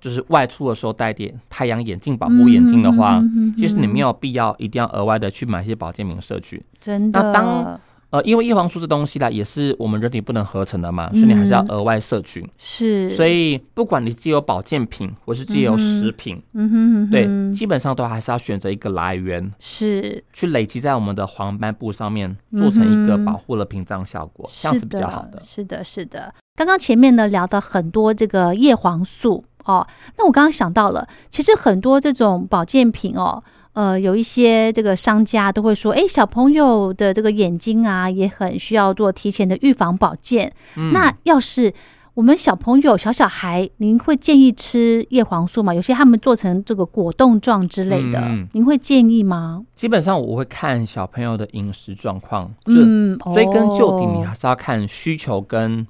Speaker 3: 就是外出的时候戴点太阳眼镜保护眼睛的话，
Speaker 2: 嗯，嗯嗯嗯
Speaker 3: 其实你没
Speaker 2: 嗯
Speaker 3: 有必要一定要额外的去买一些保健品摄取。
Speaker 2: 真的，
Speaker 3: 那当呃，因为叶黄素这东西啦，也是我们人体不能合成的嘛，所以你还是要
Speaker 2: 嗯
Speaker 3: 额外摄取。
Speaker 2: 是，
Speaker 3: 所以不管你既有保健品或是既有食品，
Speaker 2: 嗯哼嗯哼，
Speaker 3: 对，基本上都还是要选择一个来源，
Speaker 2: 是
Speaker 3: 去累积在我们的黄斑部上面，做成一个
Speaker 2: 嗯哼
Speaker 3: 保护了屏障效果，这样
Speaker 2: 是
Speaker 3: 是比较好的。
Speaker 2: 嗯是的，是的。刚刚前面呢聊的很多这个叶黄素哦，那我刚刚想到了，其实很多这种保健品哦，呃，有一些这个商家都会说，哎，小朋友的这个眼睛啊，也很需要做提前的预防保健。
Speaker 3: 嗯
Speaker 2: 那要是我们小朋友、小小孩，您会建议吃叶黄素吗？有些他们做成这个果冻状之类的，
Speaker 3: 嗯嗯
Speaker 2: 您会建议吗？
Speaker 3: 基本上我会看小朋友的饮食状况，就是
Speaker 2: 嗯，
Speaker 3: 追根究底，你
Speaker 2: 哦
Speaker 3: 还是要看需求跟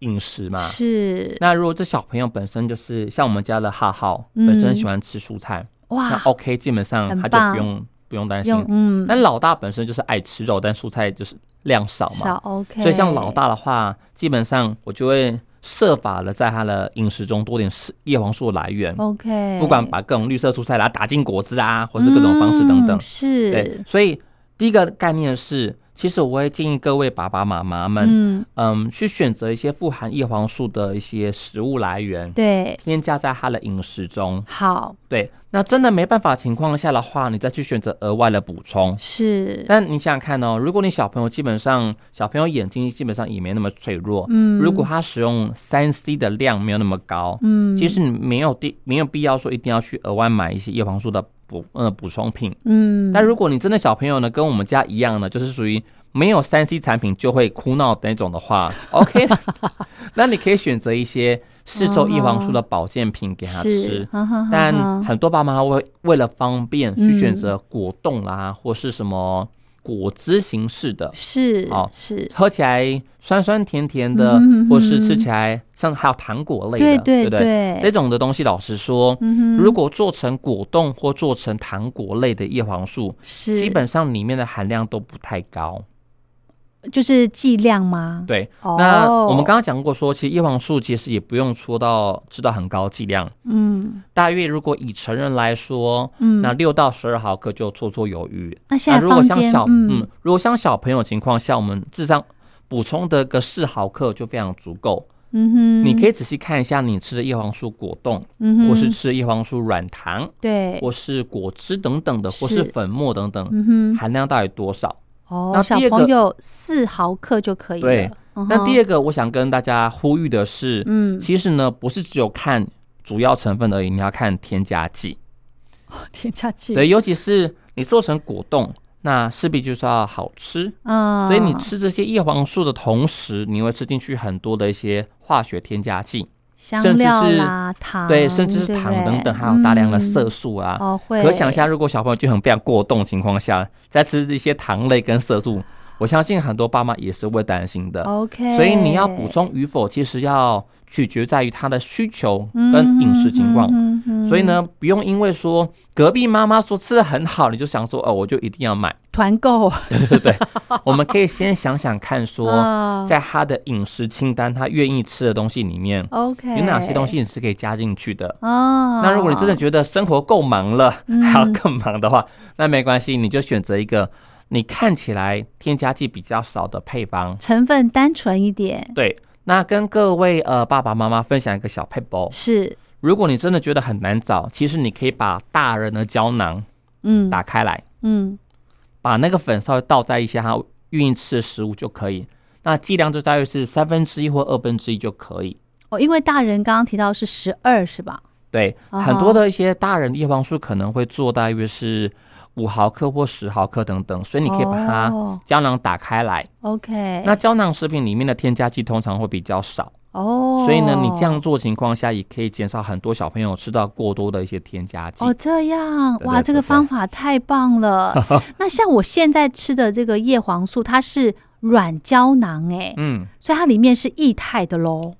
Speaker 3: 饮食嘛。
Speaker 2: 是
Speaker 3: 那如果这小朋友本身就是像我们家的浩浩，
Speaker 2: 嗯
Speaker 3: 本身喜欢吃蔬菜，那
Speaker 2: 哇，
Speaker 3: OK，基本上
Speaker 2: 很
Speaker 3: 他就
Speaker 2: 棒
Speaker 3: 不用不用担心
Speaker 2: 用。嗯
Speaker 3: 但老大本身就是爱吃肉，但蔬菜就是量少
Speaker 2: 少
Speaker 3: 嘛，
Speaker 2: OK，
Speaker 3: 所以像老大的话，基本上我就会设法的在他的饮食中多点是叶黄素的来源，
Speaker 2: OK，
Speaker 3: 不管把各种绿色蔬菜啦打进果汁啊，或是各种方式等等
Speaker 2: 嗯。是
Speaker 3: 对，所以第一个概念是，其实我会建议各位爸爸妈妈们，
Speaker 2: 嗯，
Speaker 3: 嗯，去选择一些富含叶黄素的一些食物来源，
Speaker 2: 对，
Speaker 3: 添加在他的饮食中。
Speaker 2: 好
Speaker 3: 对，那真的没办法情况下的话，你再去选择额外的补充。
Speaker 2: 是
Speaker 3: 但你想想看哦，如果你小朋友基本上小朋友眼睛基本上也没那么脆弱，
Speaker 2: 嗯，
Speaker 3: 如果他使用三 C 的量没有那么高，
Speaker 2: 嗯，
Speaker 3: 其实你没有必没有必要说一定要去额外买一些叶黄素的补呃补充品。
Speaker 2: 嗯，
Speaker 3: 但如果你真的小朋友呢，跟我们家一样呢，就是属于没有三 C 产品就会哭闹的那种
Speaker 2: *laughs*
Speaker 3: 的话，OK，那你可以选择一些市售叶黄素的保健品给他吃。
Speaker 2: 是，哈嗯哈哈
Speaker 3: 但
Speaker 2: 哈
Speaker 3: 很多爸妈会为了方便去选
Speaker 2: 嗯
Speaker 3: 择果冻啦、或是什么果汁形式的，
Speaker 2: 是
Speaker 3: 哦
Speaker 2: 是，
Speaker 3: 喝起来酸酸甜甜的，
Speaker 2: 嗯哼嗯哼
Speaker 3: 或是吃起来像还有糖果类
Speaker 2: 对
Speaker 3: 的，对不对？这
Speaker 2: 对，
Speaker 3: 种的东西，老实说，
Speaker 2: 嗯哼，
Speaker 3: 如果做成果冻或做成糖果类的叶黄素，
Speaker 2: 是
Speaker 3: 基本上里面的含量都不太高。
Speaker 2: 就是剂量吗？
Speaker 3: 对，
Speaker 2: 哦，
Speaker 3: 那我们刚刚讲过说，其实叶黄素其实也不用说到吃到很高剂量，
Speaker 2: 嗯
Speaker 3: 大约如果以成人来说，
Speaker 2: 嗯，
Speaker 3: 那六到十二毫克就绰绰有余。
Speaker 2: 那现
Speaker 3: 那
Speaker 2: 在
Speaker 3: 如果
Speaker 2: 坊
Speaker 3: 像
Speaker 2: 间
Speaker 3: 小
Speaker 2: 嗯
Speaker 3: 嗯，如果像小朋友情况下，我们智商补充的个四毫克就非常足够。
Speaker 2: 嗯哼，
Speaker 3: 你可
Speaker 2: 以
Speaker 3: 以仔细看一下你吃的叶黄素果冻，
Speaker 2: 嗯哼，
Speaker 3: 或是吃叶黄素软糖，
Speaker 2: 对，
Speaker 3: 或是果汁等等的，或
Speaker 2: 是
Speaker 3: 是粉末等等，
Speaker 2: 嗯哼，
Speaker 3: 含量到底多少？
Speaker 2: 哦，
Speaker 3: 那
Speaker 2: 小
Speaker 3: 第二
Speaker 2: 朋
Speaker 3: 个
Speaker 2: 友四毫克就可以
Speaker 3: 对
Speaker 2: 了。嗯
Speaker 3: 那第
Speaker 2: 哼
Speaker 3: 二个，我想跟大家呼吁的是，
Speaker 2: 嗯，
Speaker 3: 其实呢，不是只有看主要成分而已，你要看添加剂。
Speaker 2: *laughs* 添加剂，
Speaker 3: 对，尤其是你做成果冻，那势必就是要好吃。
Speaker 2: 嗯，
Speaker 3: 所以你吃这些叶黄素的同时，你会吃进去很多的一些化学添加剂，
Speaker 2: 香
Speaker 3: 甚至
Speaker 2: 料
Speaker 3: 是
Speaker 2: 啦、糖，
Speaker 3: 对，甚至是
Speaker 2: 对不
Speaker 3: 糖
Speaker 2: 啊对
Speaker 3: 等等，还有大量的色
Speaker 2: 嗯
Speaker 3: 素啊。
Speaker 2: 哦，会
Speaker 3: 可想一下，，如果小朋友就很非常过动的情况下，再吃一些糖类跟色素，我相信很多爸妈也是会担心的。
Speaker 2: OK，
Speaker 3: 所以你要补充与否，其实要取决在于他的需求跟饮食情况。
Speaker 2: 嗯嗯哼嗯哼
Speaker 3: 所以呢，不用因为说隔壁妈妈说吃的很好，你就想说哦，我就一定要买， *laughs*
Speaker 2: 团购
Speaker 3: 对对对。我们可以先想想
Speaker 2: *laughs*
Speaker 3: 看，说
Speaker 2: 啊
Speaker 3: 在他的饮食清单，他愿意吃的东西里面，
Speaker 2: OK
Speaker 3: 有哪些东西你是可以加进去的。
Speaker 2: 哦？
Speaker 3: 那如果你真的觉得生活够忙了，
Speaker 2: 嗯
Speaker 3: 还要更忙的话，那没关系，你就选择一个你看起来添加剂比较少的配方。
Speaker 2: 成分单纯一点，
Speaker 3: 对，那跟各位呃爸爸妈妈分享一个小 p e
Speaker 2: 是，
Speaker 3: 如果你真的觉得很难找，其实你可以把大人的胶囊
Speaker 2: 嗯
Speaker 3: 打开来，
Speaker 2: 嗯，
Speaker 3: 把那个粉稍微倒在一些它孕吃的食物就可以。那剂量就大约是三分之一或二分之一就可以。
Speaker 2: 哦，因为大人刚刚提到是十二是吧？
Speaker 3: 对，
Speaker 2: 哦
Speaker 3: 很多的一些大人的叶黄素可能会做大约是五毫克或十毫克等等，所以你可以把它
Speaker 2: 哦
Speaker 3: 胶囊打开来。
Speaker 2: ，OK，
Speaker 3: 那胶囊食品里面的添加剂通常会比较少，
Speaker 2: 哦，
Speaker 3: 所以呢，你这样做情况下也可以减少很多小朋友吃到过多的一些添加剂。
Speaker 2: 哦，这样
Speaker 3: 对
Speaker 2: 哇，
Speaker 3: 对
Speaker 2: 这个
Speaker 3: 对对
Speaker 2: 方法太棒
Speaker 3: *laughs*
Speaker 2: 了。那像我现在吃的这个叶黄素，它是软胶囊哎、
Speaker 3: 嗯。
Speaker 2: 所以它里面是液态的喽。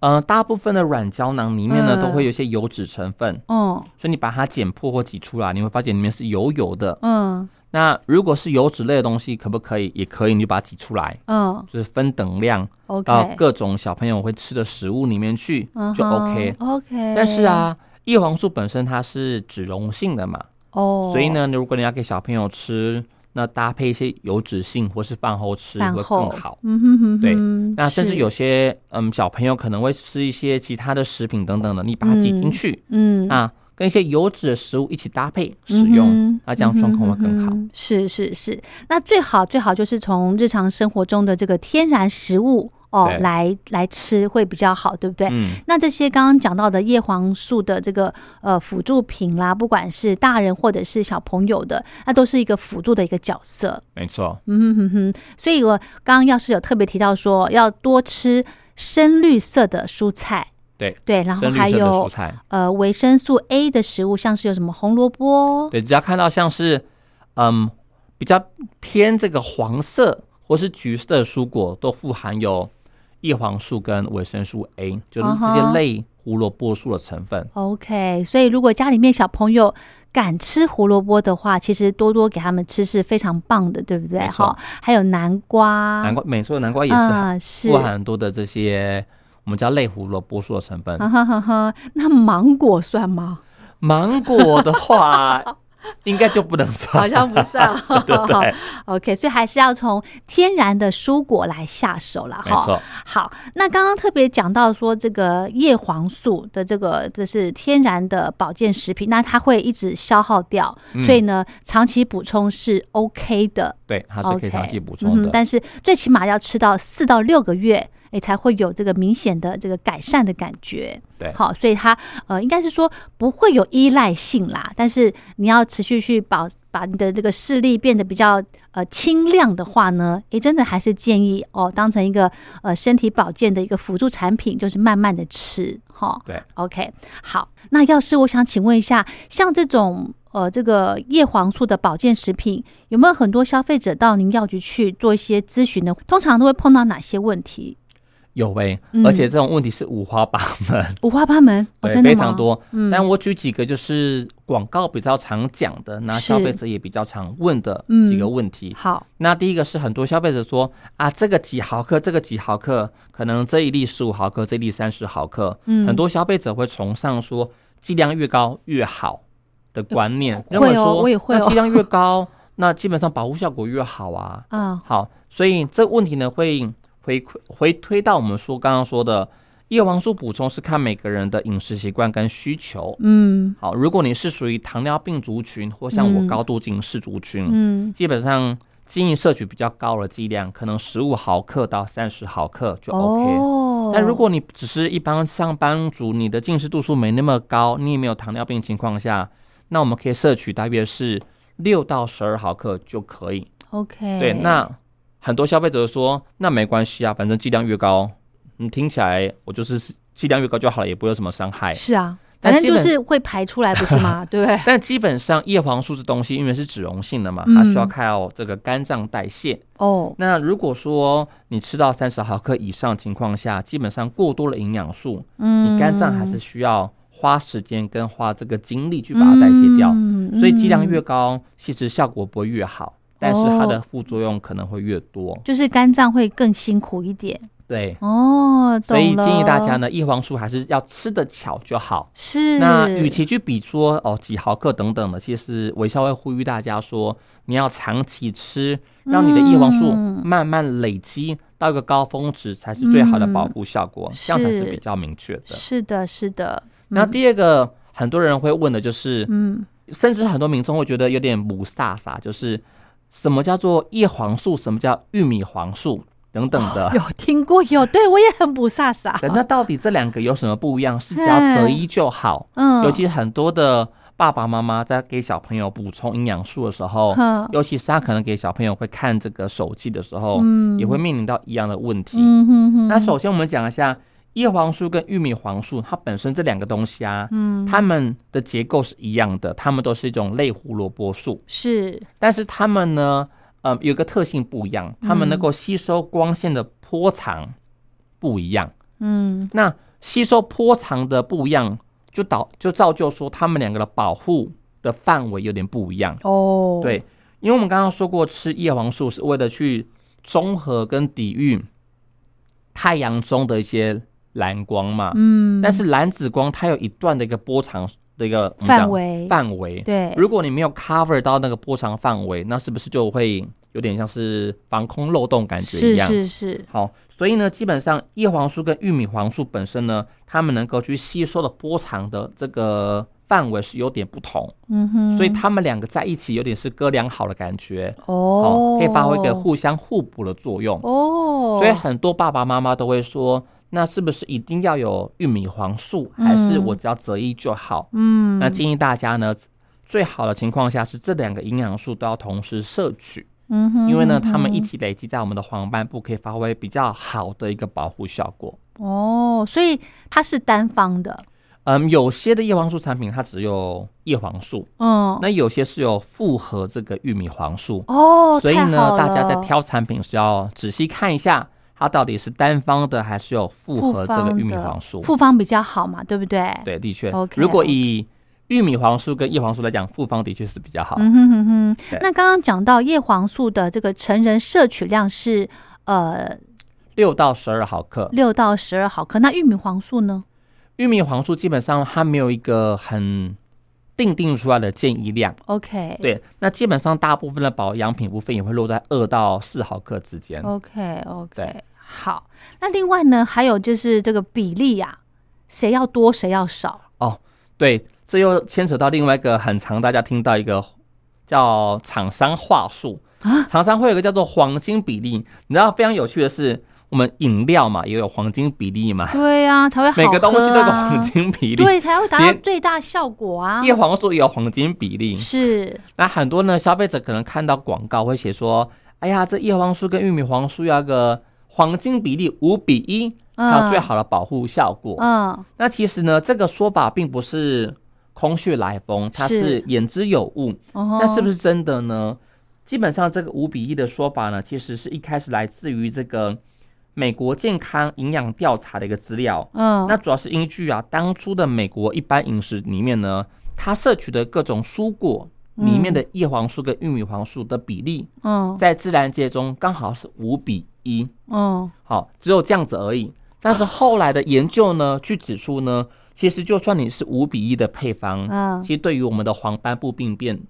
Speaker 3: 呃，大部分的软胶囊里面呢，
Speaker 2: 嗯
Speaker 3: 都会有一些油脂成分，
Speaker 2: 嗯
Speaker 3: 所以你把它剪破或挤出来，你会发现里面是油油的。
Speaker 2: 嗯
Speaker 3: 那如果是油脂类的东西，可不可以？也可以，你就把它挤出来，
Speaker 2: 嗯
Speaker 3: 就是分等量
Speaker 2: ，OK，
Speaker 3: 到啊各种小朋友会吃的食物里面去，
Speaker 2: 嗯哼
Speaker 3: 就 OK。
Speaker 2: OK。
Speaker 3: 但是，啊，叶黄素本身它是脂溶性的嘛，
Speaker 2: 哦，
Speaker 3: 所以，呢，如果你要给小朋友吃，那搭配一些油脂性或是饭后吃
Speaker 2: 饭
Speaker 3: 会更
Speaker 2: 后
Speaker 3: 好。
Speaker 2: 嗯哼哼哼，
Speaker 3: 对那甚至
Speaker 2: 是
Speaker 3: 有些嗯小朋友可能会吃一些其他的食品等等的，你把它挤进去，
Speaker 2: 嗯
Speaker 3: 啊，跟一些油脂的食物一起搭配使用，
Speaker 2: 嗯哼
Speaker 3: 那这样状况会更好。
Speaker 2: 嗯哼是是是，那最好最好就是从日常生活中的这个天然食物哦
Speaker 3: 对
Speaker 2: 来来吃会比较好，对不对？
Speaker 3: 嗯，
Speaker 2: 那这些刚刚讲到的叶黄素的这个呃辅助品啦，不管是大人或者是小朋友的，那都是一个辅助的一个角色。
Speaker 3: 没错，
Speaker 2: 嗯哼哼哼，所以我刚刚要是有特别提到说要多吃深绿色的蔬菜，
Speaker 3: 对
Speaker 2: 对，然后
Speaker 3: 深绿
Speaker 2: 还
Speaker 3: 色的蔬
Speaker 2: 有
Speaker 3: 菜，
Speaker 2: 呃维生素 A 的食物，像是有什么红萝卜，
Speaker 3: 对，只要看到像是嗯比较偏这个黄色或是橘色的蔬果，都富含有叶黄素跟维生素 A，就是
Speaker 2: 嗯
Speaker 3: 这
Speaker 2: 哼
Speaker 3: 些类胡萝卜素的成分。
Speaker 2: OK，所以如果家里面小朋友敢吃胡萝卜的话，其实多多给他们吃是非常棒的，对不对？
Speaker 3: 没错
Speaker 2: 哈，还有南瓜，
Speaker 3: 南瓜，没错，南瓜也是
Speaker 2: 啊
Speaker 3: 啊
Speaker 2: 嗯是
Speaker 3: 富含很多的这些我们叫类胡萝卜素的成分。
Speaker 2: 哈哈哈哈，那芒果算吗？
Speaker 3: 芒果
Speaker 2: *laughs*
Speaker 3: 的话，应该就不能
Speaker 2: 好
Speaker 3: 算。
Speaker 2: 像不
Speaker 3: *laughs*
Speaker 2: 算。OK，所以 *laughs* 还是要从天然的蔬果来下手了
Speaker 3: 没
Speaker 2: 哈
Speaker 3: 错。
Speaker 2: 好，那刚刚特别讲到说这个叶黄素的这个这是天然的保健食品，那它会一直消耗掉，
Speaker 3: 嗯
Speaker 2: 所以呢，长期补充是 OK 的。
Speaker 3: 对，它是可以
Speaker 2: OK，
Speaker 3: 长期补充
Speaker 2: 嗯
Speaker 3: 的
Speaker 2: 哼。但是最起码要吃到四到六个月，哎，才会有这个明显的这个改善的感觉。
Speaker 3: 对
Speaker 2: 好，所以它呃，应该是说不会有依赖性啦，但是你要持续去保把你的这个视力变得比较呃清亮的话呢，哎，真的还是建议哦，当成一个呃身体保健的一个辅助产品，就是慢慢的吃哈。
Speaker 3: 对
Speaker 2: ，OK，好，那要是我想请问一下，像这种呃这个叶黄素的保健食品，有没有很多消费者到您药局去做一些咨询呢？通常都会碰到哪些问题？
Speaker 3: 有诶、
Speaker 2: 嗯
Speaker 3: 而且这种问题是五花八门，
Speaker 2: 五花八门，哦、
Speaker 3: 对，
Speaker 2: 真的
Speaker 3: 非
Speaker 2: 吗？
Speaker 3: 常多。但我举几个就是广告比较常讲的，那
Speaker 2: 是
Speaker 3: 消费者也比较常问的
Speaker 2: 嗯
Speaker 3: 几个问题。
Speaker 2: 好，
Speaker 3: 那第一个是很多消费者说啊，这个几毫克，这个几毫克，可能这一粒十五毫克，这一粒三十毫克。
Speaker 2: 嗯，
Speaker 3: 很多消费者会崇尚说剂量越高越好的观念，认
Speaker 2: 会
Speaker 3: 为
Speaker 2: 哦
Speaker 3: 说
Speaker 2: 我也会
Speaker 3: 那
Speaker 2: 哦
Speaker 3: 剂量越高，那基本上保护效果越好啊。
Speaker 2: 啊，
Speaker 3: 好，所以这问题呢会回馈回推到我们说刚刚说的叶黄素补充是看每个人的饮食习惯跟需求。
Speaker 2: 嗯
Speaker 3: 好，如果你是属于糖尿病族群或像
Speaker 2: 嗯
Speaker 3: 我高度近视族群，
Speaker 2: 嗯，
Speaker 3: 基本上建议摄取比较高的剂量，可能十五毫克到三十毫克就 OK。
Speaker 2: 哦，
Speaker 3: 但如果你只是一般上班族，你的近视度数没那么高，你也没有糖尿病情况下，那我们可以摄取大约是六到十二毫克就可以。
Speaker 2: OK，
Speaker 3: 对，那很多消费者说，那没关系啊，反正剂量越高，你听起来我就是剂量越高就好了，也不会有什么伤害。
Speaker 2: 是啊，反
Speaker 3: 但
Speaker 2: 正
Speaker 3: 基
Speaker 2: 就
Speaker 3: 本
Speaker 2: 是会排出来，不是
Speaker 3: *laughs*
Speaker 2: 吗？对不对？
Speaker 3: 但基本上叶黄素这东西，因为是脂溶性的嘛，
Speaker 2: 嗯
Speaker 3: 它需要靠这个肝脏代谢。
Speaker 2: 哦，
Speaker 3: 那如果说你吃到三十毫克以上情况下，基本上过多的营养素，
Speaker 2: 嗯，
Speaker 3: 你肝脏还是需要花时间跟花这个精力去把它代谢掉。
Speaker 2: 嗯
Speaker 3: 所以剂量越
Speaker 2: 嗯
Speaker 3: 高，其实效果不会
Speaker 2: 哦
Speaker 3: 越好，但是它的副作用可能会越多。
Speaker 2: 就是肝脏会更辛苦一点。
Speaker 3: 对，
Speaker 2: 哦，
Speaker 3: 所以
Speaker 2: 懂了
Speaker 3: 建议大家呢，叶黄素还是要吃得巧就好。
Speaker 2: 是
Speaker 3: 那与其去比说哦几毫克等等的，其实微笑会呼吁大家说，你要长期吃，让你的叶黄素
Speaker 2: 嗯
Speaker 3: 慢慢累积到一个高峰值，才是最好的保护效果，这样才是
Speaker 2: 是
Speaker 3: 比较明确的。
Speaker 2: 嗯是的，是的，
Speaker 3: 那第二个，很多人会问的就是，
Speaker 2: 嗯，
Speaker 3: 甚至很多民众会觉得有点不飒飒，就是什么叫做叶黄素，什么叫玉米黄素等等 *laughs* 的。
Speaker 2: 哦有啊听过有，对我也很不飒飒，
Speaker 3: 对那到底这两个有什么不一样？是只要择一就好。
Speaker 2: 嗯，
Speaker 3: 尤其很多的爸爸妈妈在给小朋友补充营养素的时候，
Speaker 2: 嗯
Speaker 3: 尤其是他可能给小朋友会看这个手机的时候，
Speaker 2: 嗯
Speaker 3: 也会面临到一样的问题。
Speaker 2: 嗯哼哼，
Speaker 3: 那首先我们讲一下叶黄素跟玉米黄素，它本身这两个东西啊，
Speaker 2: 嗯
Speaker 3: 它们的结构是一样的，它们都是一种类胡萝卜素，
Speaker 2: 是
Speaker 3: 但是它们呢，呃，有一个特性不一样，
Speaker 2: 嗯
Speaker 3: 它们能够吸收光线的波长不一样。
Speaker 2: 嗯
Speaker 3: 那吸收波长的不一样，就导就造就说它们两个的保护的范围有点不一样。
Speaker 2: 哦，
Speaker 3: 对，因为我们刚刚说过，吃叶黄素是为了去中和跟抵御太阳中的一些蓝光嘛。
Speaker 2: 嗯，
Speaker 3: 但是蓝紫光它有一段的一个波长的一个我们
Speaker 2: 范
Speaker 3: 讲
Speaker 2: 围
Speaker 3: 范围。
Speaker 2: 对，
Speaker 3: 如果你没有 cover 到那个波长范围，那是不是就会有点像是防空漏洞感觉一
Speaker 2: 是
Speaker 3: 样？
Speaker 2: 是是，
Speaker 3: 好，所以呢，基本上叶黄素跟玉米黄素本身呢，它们能够去吸收的波长的这个范围是有点不同，
Speaker 2: 嗯哼，
Speaker 3: 所以它们两个在一起有点是哥俩好的感觉，
Speaker 2: 哦，
Speaker 3: 可以发挥一个互相互补的作用。
Speaker 2: 哦，
Speaker 3: 所以很多爸爸妈妈都会说，那是不是一定要有玉米黄素，还是我只要择一就好？
Speaker 2: 嗯，
Speaker 3: 那建议大家呢，最好的情况下是这两个营养素都要同时摄取。
Speaker 2: 嗯哼，
Speaker 3: 因为呢，
Speaker 2: 嗯哼
Speaker 3: 它们一起累积在我们的黄斑部，可以发挥比较好的一个保护效果。
Speaker 2: 哦，所以它是单方的，
Speaker 3: 嗯，有些的叶黄素产品它只有叶黄素，
Speaker 2: 嗯，
Speaker 3: 那有些是有复合这个玉米黄素，
Speaker 2: 哦，
Speaker 3: 所以
Speaker 2: 太好
Speaker 3: 呢，大家在
Speaker 2: 了
Speaker 3: 挑产品是要仔细看一下，它到底是单方的还是有复合这个玉米黄素。
Speaker 2: 复方比较好嘛，对不对？，
Speaker 3: 对，的确
Speaker 2: OK，
Speaker 3: 如果以玉米黄素跟叶黄素来讲，复方的确是比较好。
Speaker 2: 嗯哼哼哼
Speaker 3: 对。
Speaker 2: 那刚刚讲到叶黄素的这个成人摄取量是呃
Speaker 3: 六、到十二毫克，
Speaker 2: 六到十二毫克，那玉米黄素呢？
Speaker 3: 玉米黄素基本上它没有一个很定定出来的建议量。
Speaker 2: OK，
Speaker 3: 对，那基本上大部分的保养品部分也会落在二到四毫克之间。
Speaker 2: ，OK OK，
Speaker 3: 对
Speaker 2: 好。那另外呢，还有就是这个比例呀、谁要多谁要少？
Speaker 3: 对，这又牵扯到另外一个很常大家听到一个叫厂商话术
Speaker 2: 啊
Speaker 3: 厂商会有一个叫做黄金比例。你知道非常有趣的是，我们饮料嘛也有黄金比例嘛，
Speaker 2: 对呀、才会好、啊、
Speaker 3: 每个东西都有个黄，金比例。
Speaker 2: 对，才会达到
Speaker 3: 连
Speaker 2: 最大效果啊。
Speaker 3: 叶黄素也有黄金比例，
Speaker 2: 是，
Speaker 3: 那很多呢消费者可能看到广告会写说，哎呀，这叶黄素跟玉米黄素要个黄金比例五比一，还有最好的保护效果。
Speaker 2: 嗯，
Speaker 3: 那其实呢，这个说法并不是空穴来风，它
Speaker 2: 是
Speaker 3: 是言之有物。
Speaker 2: 哦，
Speaker 3: 那是不
Speaker 2: 是？
Speaker 3: 是真的呢？基本上这个五比一的说法呢，其实是一开始来自于这个美国健康营养调查的一个资料。
Speaker 2: 嗯，
Speaker 3: 那主要是依据啊，当初的美国一般饮食里面呢，它摄取的各种蔬果里面的叶黄素跟玉米黄素的比例，
Speaker 2: 嗯
Speaker 3: 在自然界中刚好是五比一。
Speaker 2: 嗯
Speaker 3: 好，只有这样子而已。但是后来的研究呢，去指出呢，其实就算你是五比一的配方，
Speaker 2: 嗯
Speaker 3: 其实对于我们的黄斑部病变，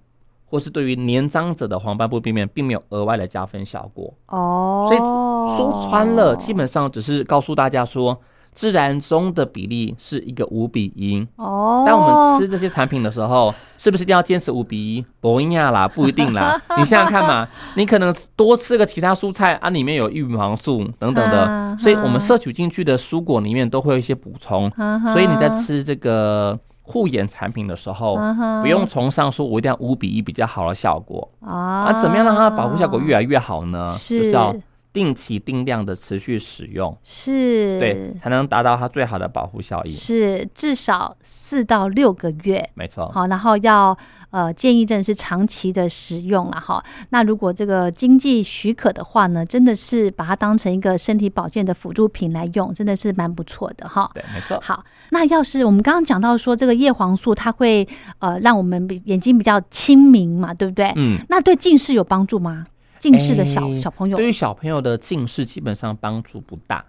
Speaker 3: 或是对于年长者的黄斑部病变，并没有额外的加分效果。
Speaker 2: 哦，
Speaker 3: 所以说穿了，基本上只是告诉大家说，自然中的比例是一个五比一。
Speaker 2: 哦，
Speaker 3: 当我们吃这些产品的时候，是不是一定要坚持五比一？不一样啦，不一
Speaker 2: *laughs*
Speaker 3: 定啦。你想想看嘛，你可能多吃个其他蔬菜啊，里面有玉米黄素等等
Speaker 2: 嗯
Speaker 3: 的，所以我
Speaker 2: 嗯
Speaker 3: 们摄取进去的蔬果里面都会有一些补充。
Speaker 2: 嗯哼，
Speaker 3: 所以你在吃这个护眼产品的时候，
Speaker 2: 嗯哼
Speaker 3: 哦不用崇尚说我一定要五比一比较好的效果
Speaker 2: 啊
Speaker 3: 啊，怎么样让它的保护效果越来越好呢？
Speaker 2: 是
Speaker 3: 就是要定期定量的持续使用，
Speaker 2: 是
Speaker 3: 对，才能达到它最好的保护效益。
Speaker 2: 是至少四到六个月。
Speaker 3: 没错，
Speaker 2: 好，然后要呃建议真的是长期的使用了哈。那如果这个经济许可的话呢，真的是把它当成一个身体保健的辅助品来用，真的是蛮不错的哈。
Speaker 3: 对，没错。
Speaker 2: 好，那要是我们刚刚讲到说这个叶黄素，它会呃让我们比眼睛比较清明嘛，对不对？
Speaker 3: 嗯，
Speaker 2: 那对近视有帮助吗？近视的小、
Speaker 3: 诶
Speaker 2: 小朋友，
Speaker 3: 对于小朋友的近视基本上帮助不大，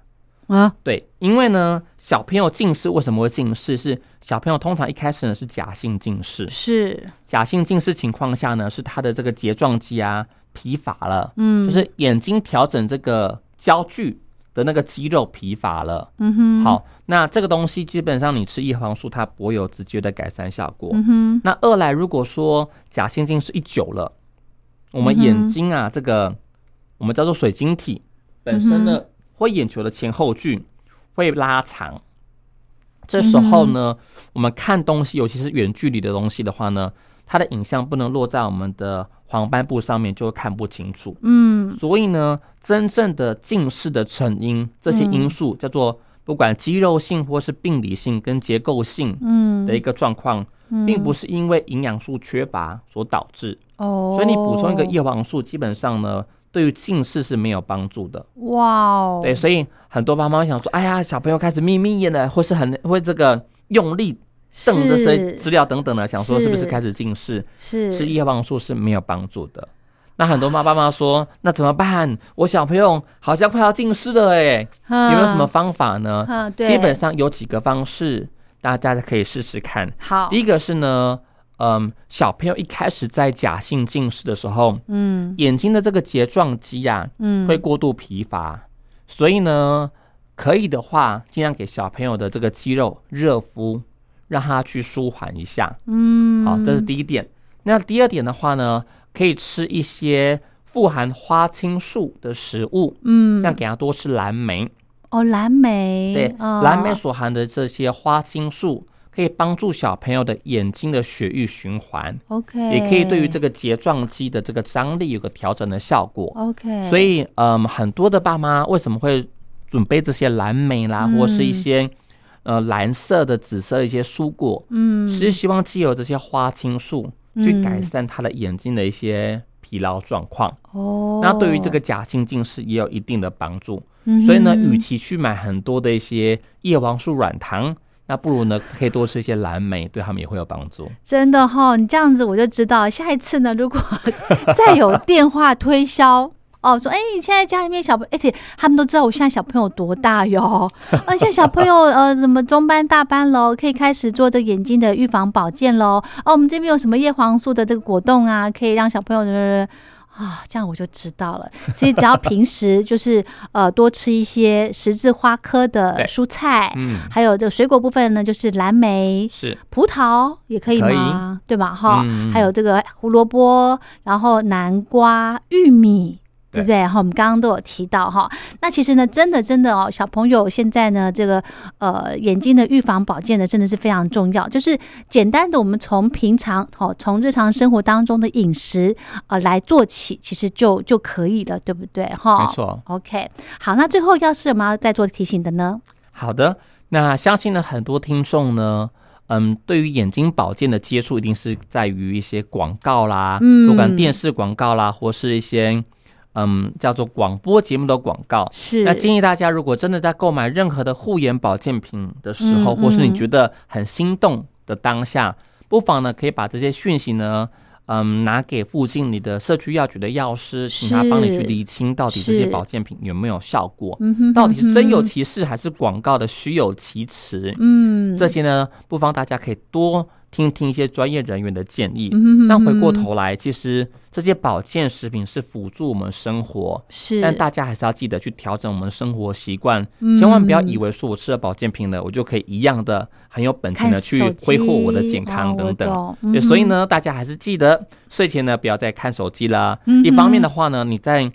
Speaker 2: 啊，
Speaker 3: 对，因为呢，小朋友近视为什么会近视？是小朋友通常一开始呢是假性近视，
Speaker 2: 是，
Speaker 3: 假性近视情况下呢，是他的这个睫状肌啊疲乏了，
Speaker 2: 嗯，
Speaker 3: 就是眼睛调整这个焦距的那个肌肉疲乏了。
Speaker 2: 嗯哼，，
Speaker 3: 好，那这个东西基本上你吃叶黄素，它不会有直接的改善效果。
Speaker 2: 嗯哼，
Speaker 3: 那二来，如果说假性近视一久了，我们眼睛啊，这个我们叫做水晶体本身呢，会眼球的前后距会拉长。这时候呢，我们看东西，尤其是远距离的东西的话呢，它的影像不能落在我们的黄斑部上面，就会看不清楚。
Speaker 2: 嗯，
Speaker 3: 所以呢，真正的近视的成因，这些因素叫做不管肌肉性或是病理性跟结构性
Speaker 2: 嗯，
Speaker 3: 的一个状况，并不是因为营养素缺乏所导致。
Speaker 2: 哦，
Speaker 3: 所以你补充一个叶黄素，基本上呢，对于近视是没有帮助的。
Speaker 2: 哇哦，
Speaker 3: 对，所以很多妈妈会想说，哎呀，小朋友开始眯眯眼了，或是很会这个用力瞪这些
Speaker 2: 是
Speaker 3: 资料等等的，想说是不是
Speaker 2: 是
Speaker 3: 开始近视？
Speaker 2: 是
Speaker 3: 吃叶黄素是没有帮助的。那很多妈爸妈说，那怎么办？我小朋友好像快要近视了哎，有
Speaker 2: 有
Speaker 3: 没有什么方法呢？
Speaker 2: 嗯，对，
Speaker 3: 基本上有几个方式，大家可以试试看。
Speaker 2: 好
Speaker 3: 第，一个是呢，嗯，小朋友一开始在假性近视的时候，
Speaker 2: 嗯
Speaker 3: 眼睛的这个睫状肌呀、
Speaker 2: 嗯，
Speaker 3: 会过度疲乏，所以呢，可以的话，尽量给小朋友的这个肌肉热敷，让他去舒缓一下。
Speaker 2: 嗯，
Speaker 3: 好，这是第一点。那第二点的话呢，可以吃一些富含花青素的食物，
Speaker 2: 嗯，
Speaker 3: 像给他多吃蓝莓。
Speaker 2: 哦，蓝莓，
Speaker 3: 对，
Speaker 2: 哦
Speaker 3: 蓝莓所含的这些花青素可以帮助小朋友的眼睛的血液循环，
Speaker 2: ，OK，
Speaker 3: 也可以对于这
Speaker 2: 个
Speaker 3: 个睫状肌的这个张力有个调整的效果。
Speaker 2: OK，
Speaker 3: 所以，嗯，很多的爸妈为什么会准备这些蓝莓啦，
Speaker 2: 嗯
Speaker 3: 或是一些呃蓝色的、紫色的一些蔬果，
Speaker 2: 嗯，
Speaker 3: 是希望藉由这些花青素去改
Speaker 2: 嗯
Speaker 3: 善他的眼睛的一些疲劳状况。
Speaker 2: 哦，
Speaker 3: 那对于这个假性近视也有一定的帮助。
Speaker 2: 嗯哼，
Speaker 3: 所以呢，与其去买很多的一些叶黄素软糖，那不如呢可以多吃一些蓝莓，对他们也会有帮助。
Speaker 2: 真的哈、你这样子我就知道，下一次呢，如果 *laughs* 再有电话推销。哦，说哎、你现在家里面小朋友，而且他们都知道我现在小朋友多大哟。 *laughs* 啊，现在小朋友呃，什么中班、大班喽，可以开始做这个眼睛的预防保健喽。哦，我们这边有什么叶黄素的这个果冻啊，可以让小朋友的啊，这样我就知道了。其实只要平时就是呃多吃一些十字花科的
Speaker 3: 对
Speaker 2: 蔬菜，
Speaker 3: 嗯，
Speaker 2: 还有这个水果部分呢，就是蓝莓、
Speaker 3: 是
Speaker 2: 葡萄也可以吗？对吧？哈、
Speaker 3: 嗯
Speaker 2: 还有这个胡萝卜，然后南瓜、玉米。对
Speaker 3: 对
Speaker 2: 不对？哈，我们刚刚都有提到哈。那其实呢，真的真的哦，小朋友现在呢，这个呃眼睛的预防保健呢，真的是非常重要。就是简单的，我们从平常哦，从日常生活当中的饮食呃来做起，其实就就可以了，对不对？哈，
Speaker 3: 没。错。
Speaker 2: OK，好，那最后要是我们要再做提醒的呢？
Speaker 3: 好的，那相信呢很多听众呢。嗯，对于眼睛保健的接触，一定是在于一些广告啦，
Speaker 2: 嗯
Speaker 3: 不管电视广告啦，或是一些嗯叫做广播节目的广告。
Speaker 2: 是
Speaker 3: 那建议大家，如果真的在购买任何的护眼保健品的时候，
Speaker 2: 嗯
Speaker 3: 或是
Speaker 2: 嗯
Speaker 3: 你觉得很心动的当下，不妨呢可以把这些讯息呢，嗯，拿给附近你的社区药局的药师，请他帮你去
Speaker 2: 是
Speaker 3: 厘清到底这些
Speaker 2: 是
Speaker 3: 保健品有没有效果，
Speaker 2: 嗯哼
Speaker 3: 到底是真有
Speaker 2: 嗯哼
Speaker 3: 其事还是广告的虚有其词。
Speaker 2: 嗯，
Speaker 3: 这些呢，不妨大家可以多听听一些专业人员的建议。
Speaker 2: 嗯
Speaker 3: 那回过
Speaker 2: 嗯
Speaker 3: 头来，其实这些保健食品是辅助我们生活，
Speaker 2: 是，
Speaker 3: 但大家还是要记得去调整我们生活习惯，
Speaker 2: 嗯
Speaker 3: 千万不要以为说我吃了保健品了，我就可以一样的很有本钱
Speaker 2: 看
Speaker 3: 的去
Speaker 2: 手
Speaker 3: 挥霍我的
Speaker 2: 机
Speaker 3: 健康等等。，
Speaker 2: 哦我懂
Speaker 3: 对，
Speaker 2: 嗯
Speaker 3: 所以
Speaker 2: 哼
Speaker 3: 呢，大家还是记得睡前呢不要再看手机了。
Speaker 2: 嗯
Speaker 3: 一方面的话呢，你在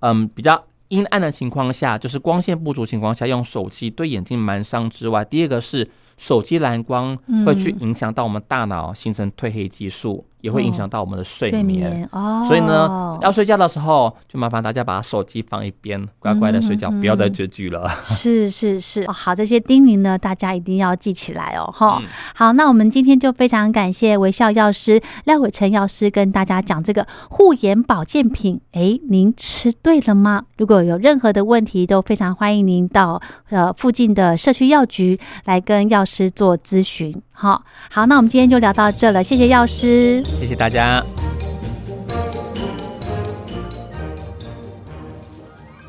Speaker 3: 嗯比较阴暗的情况下，就是光线不足情况下用手机对眼睛蛮伤之外，第二个是手机蓝光会去影响到我们大脑形成褪黑激素，也会影响到我们的睡
Speaker 2: 睡
Speaker 3: 眠。
Speaker 2: 眠哦，
Speaker 3: 所以呢，要睡觉的时候，就麻烦大家把手机放一边，乖乖的睡觉，
Speaker 2: 嗯嗯嗯
Speaker 3: 不要再追剧了。 *laughs*
Speaker 2: 是是是、哦好，这些叮咛呢，大家一定要记起来哦，哈、
Speaker 3: 嗯
Speaker 2: 好，那我们今天就非常感谢微笑药师廖伟成药师跟大家讲这个护眼保健品，诶，您吃对了吗？如果有任何的问题，都非常欢迎您到呃附近的社区药局来跟药师做咨询。好，好，那我们今天就聊到这了，谢谢药师。
Speaker 3: 谢谢大家。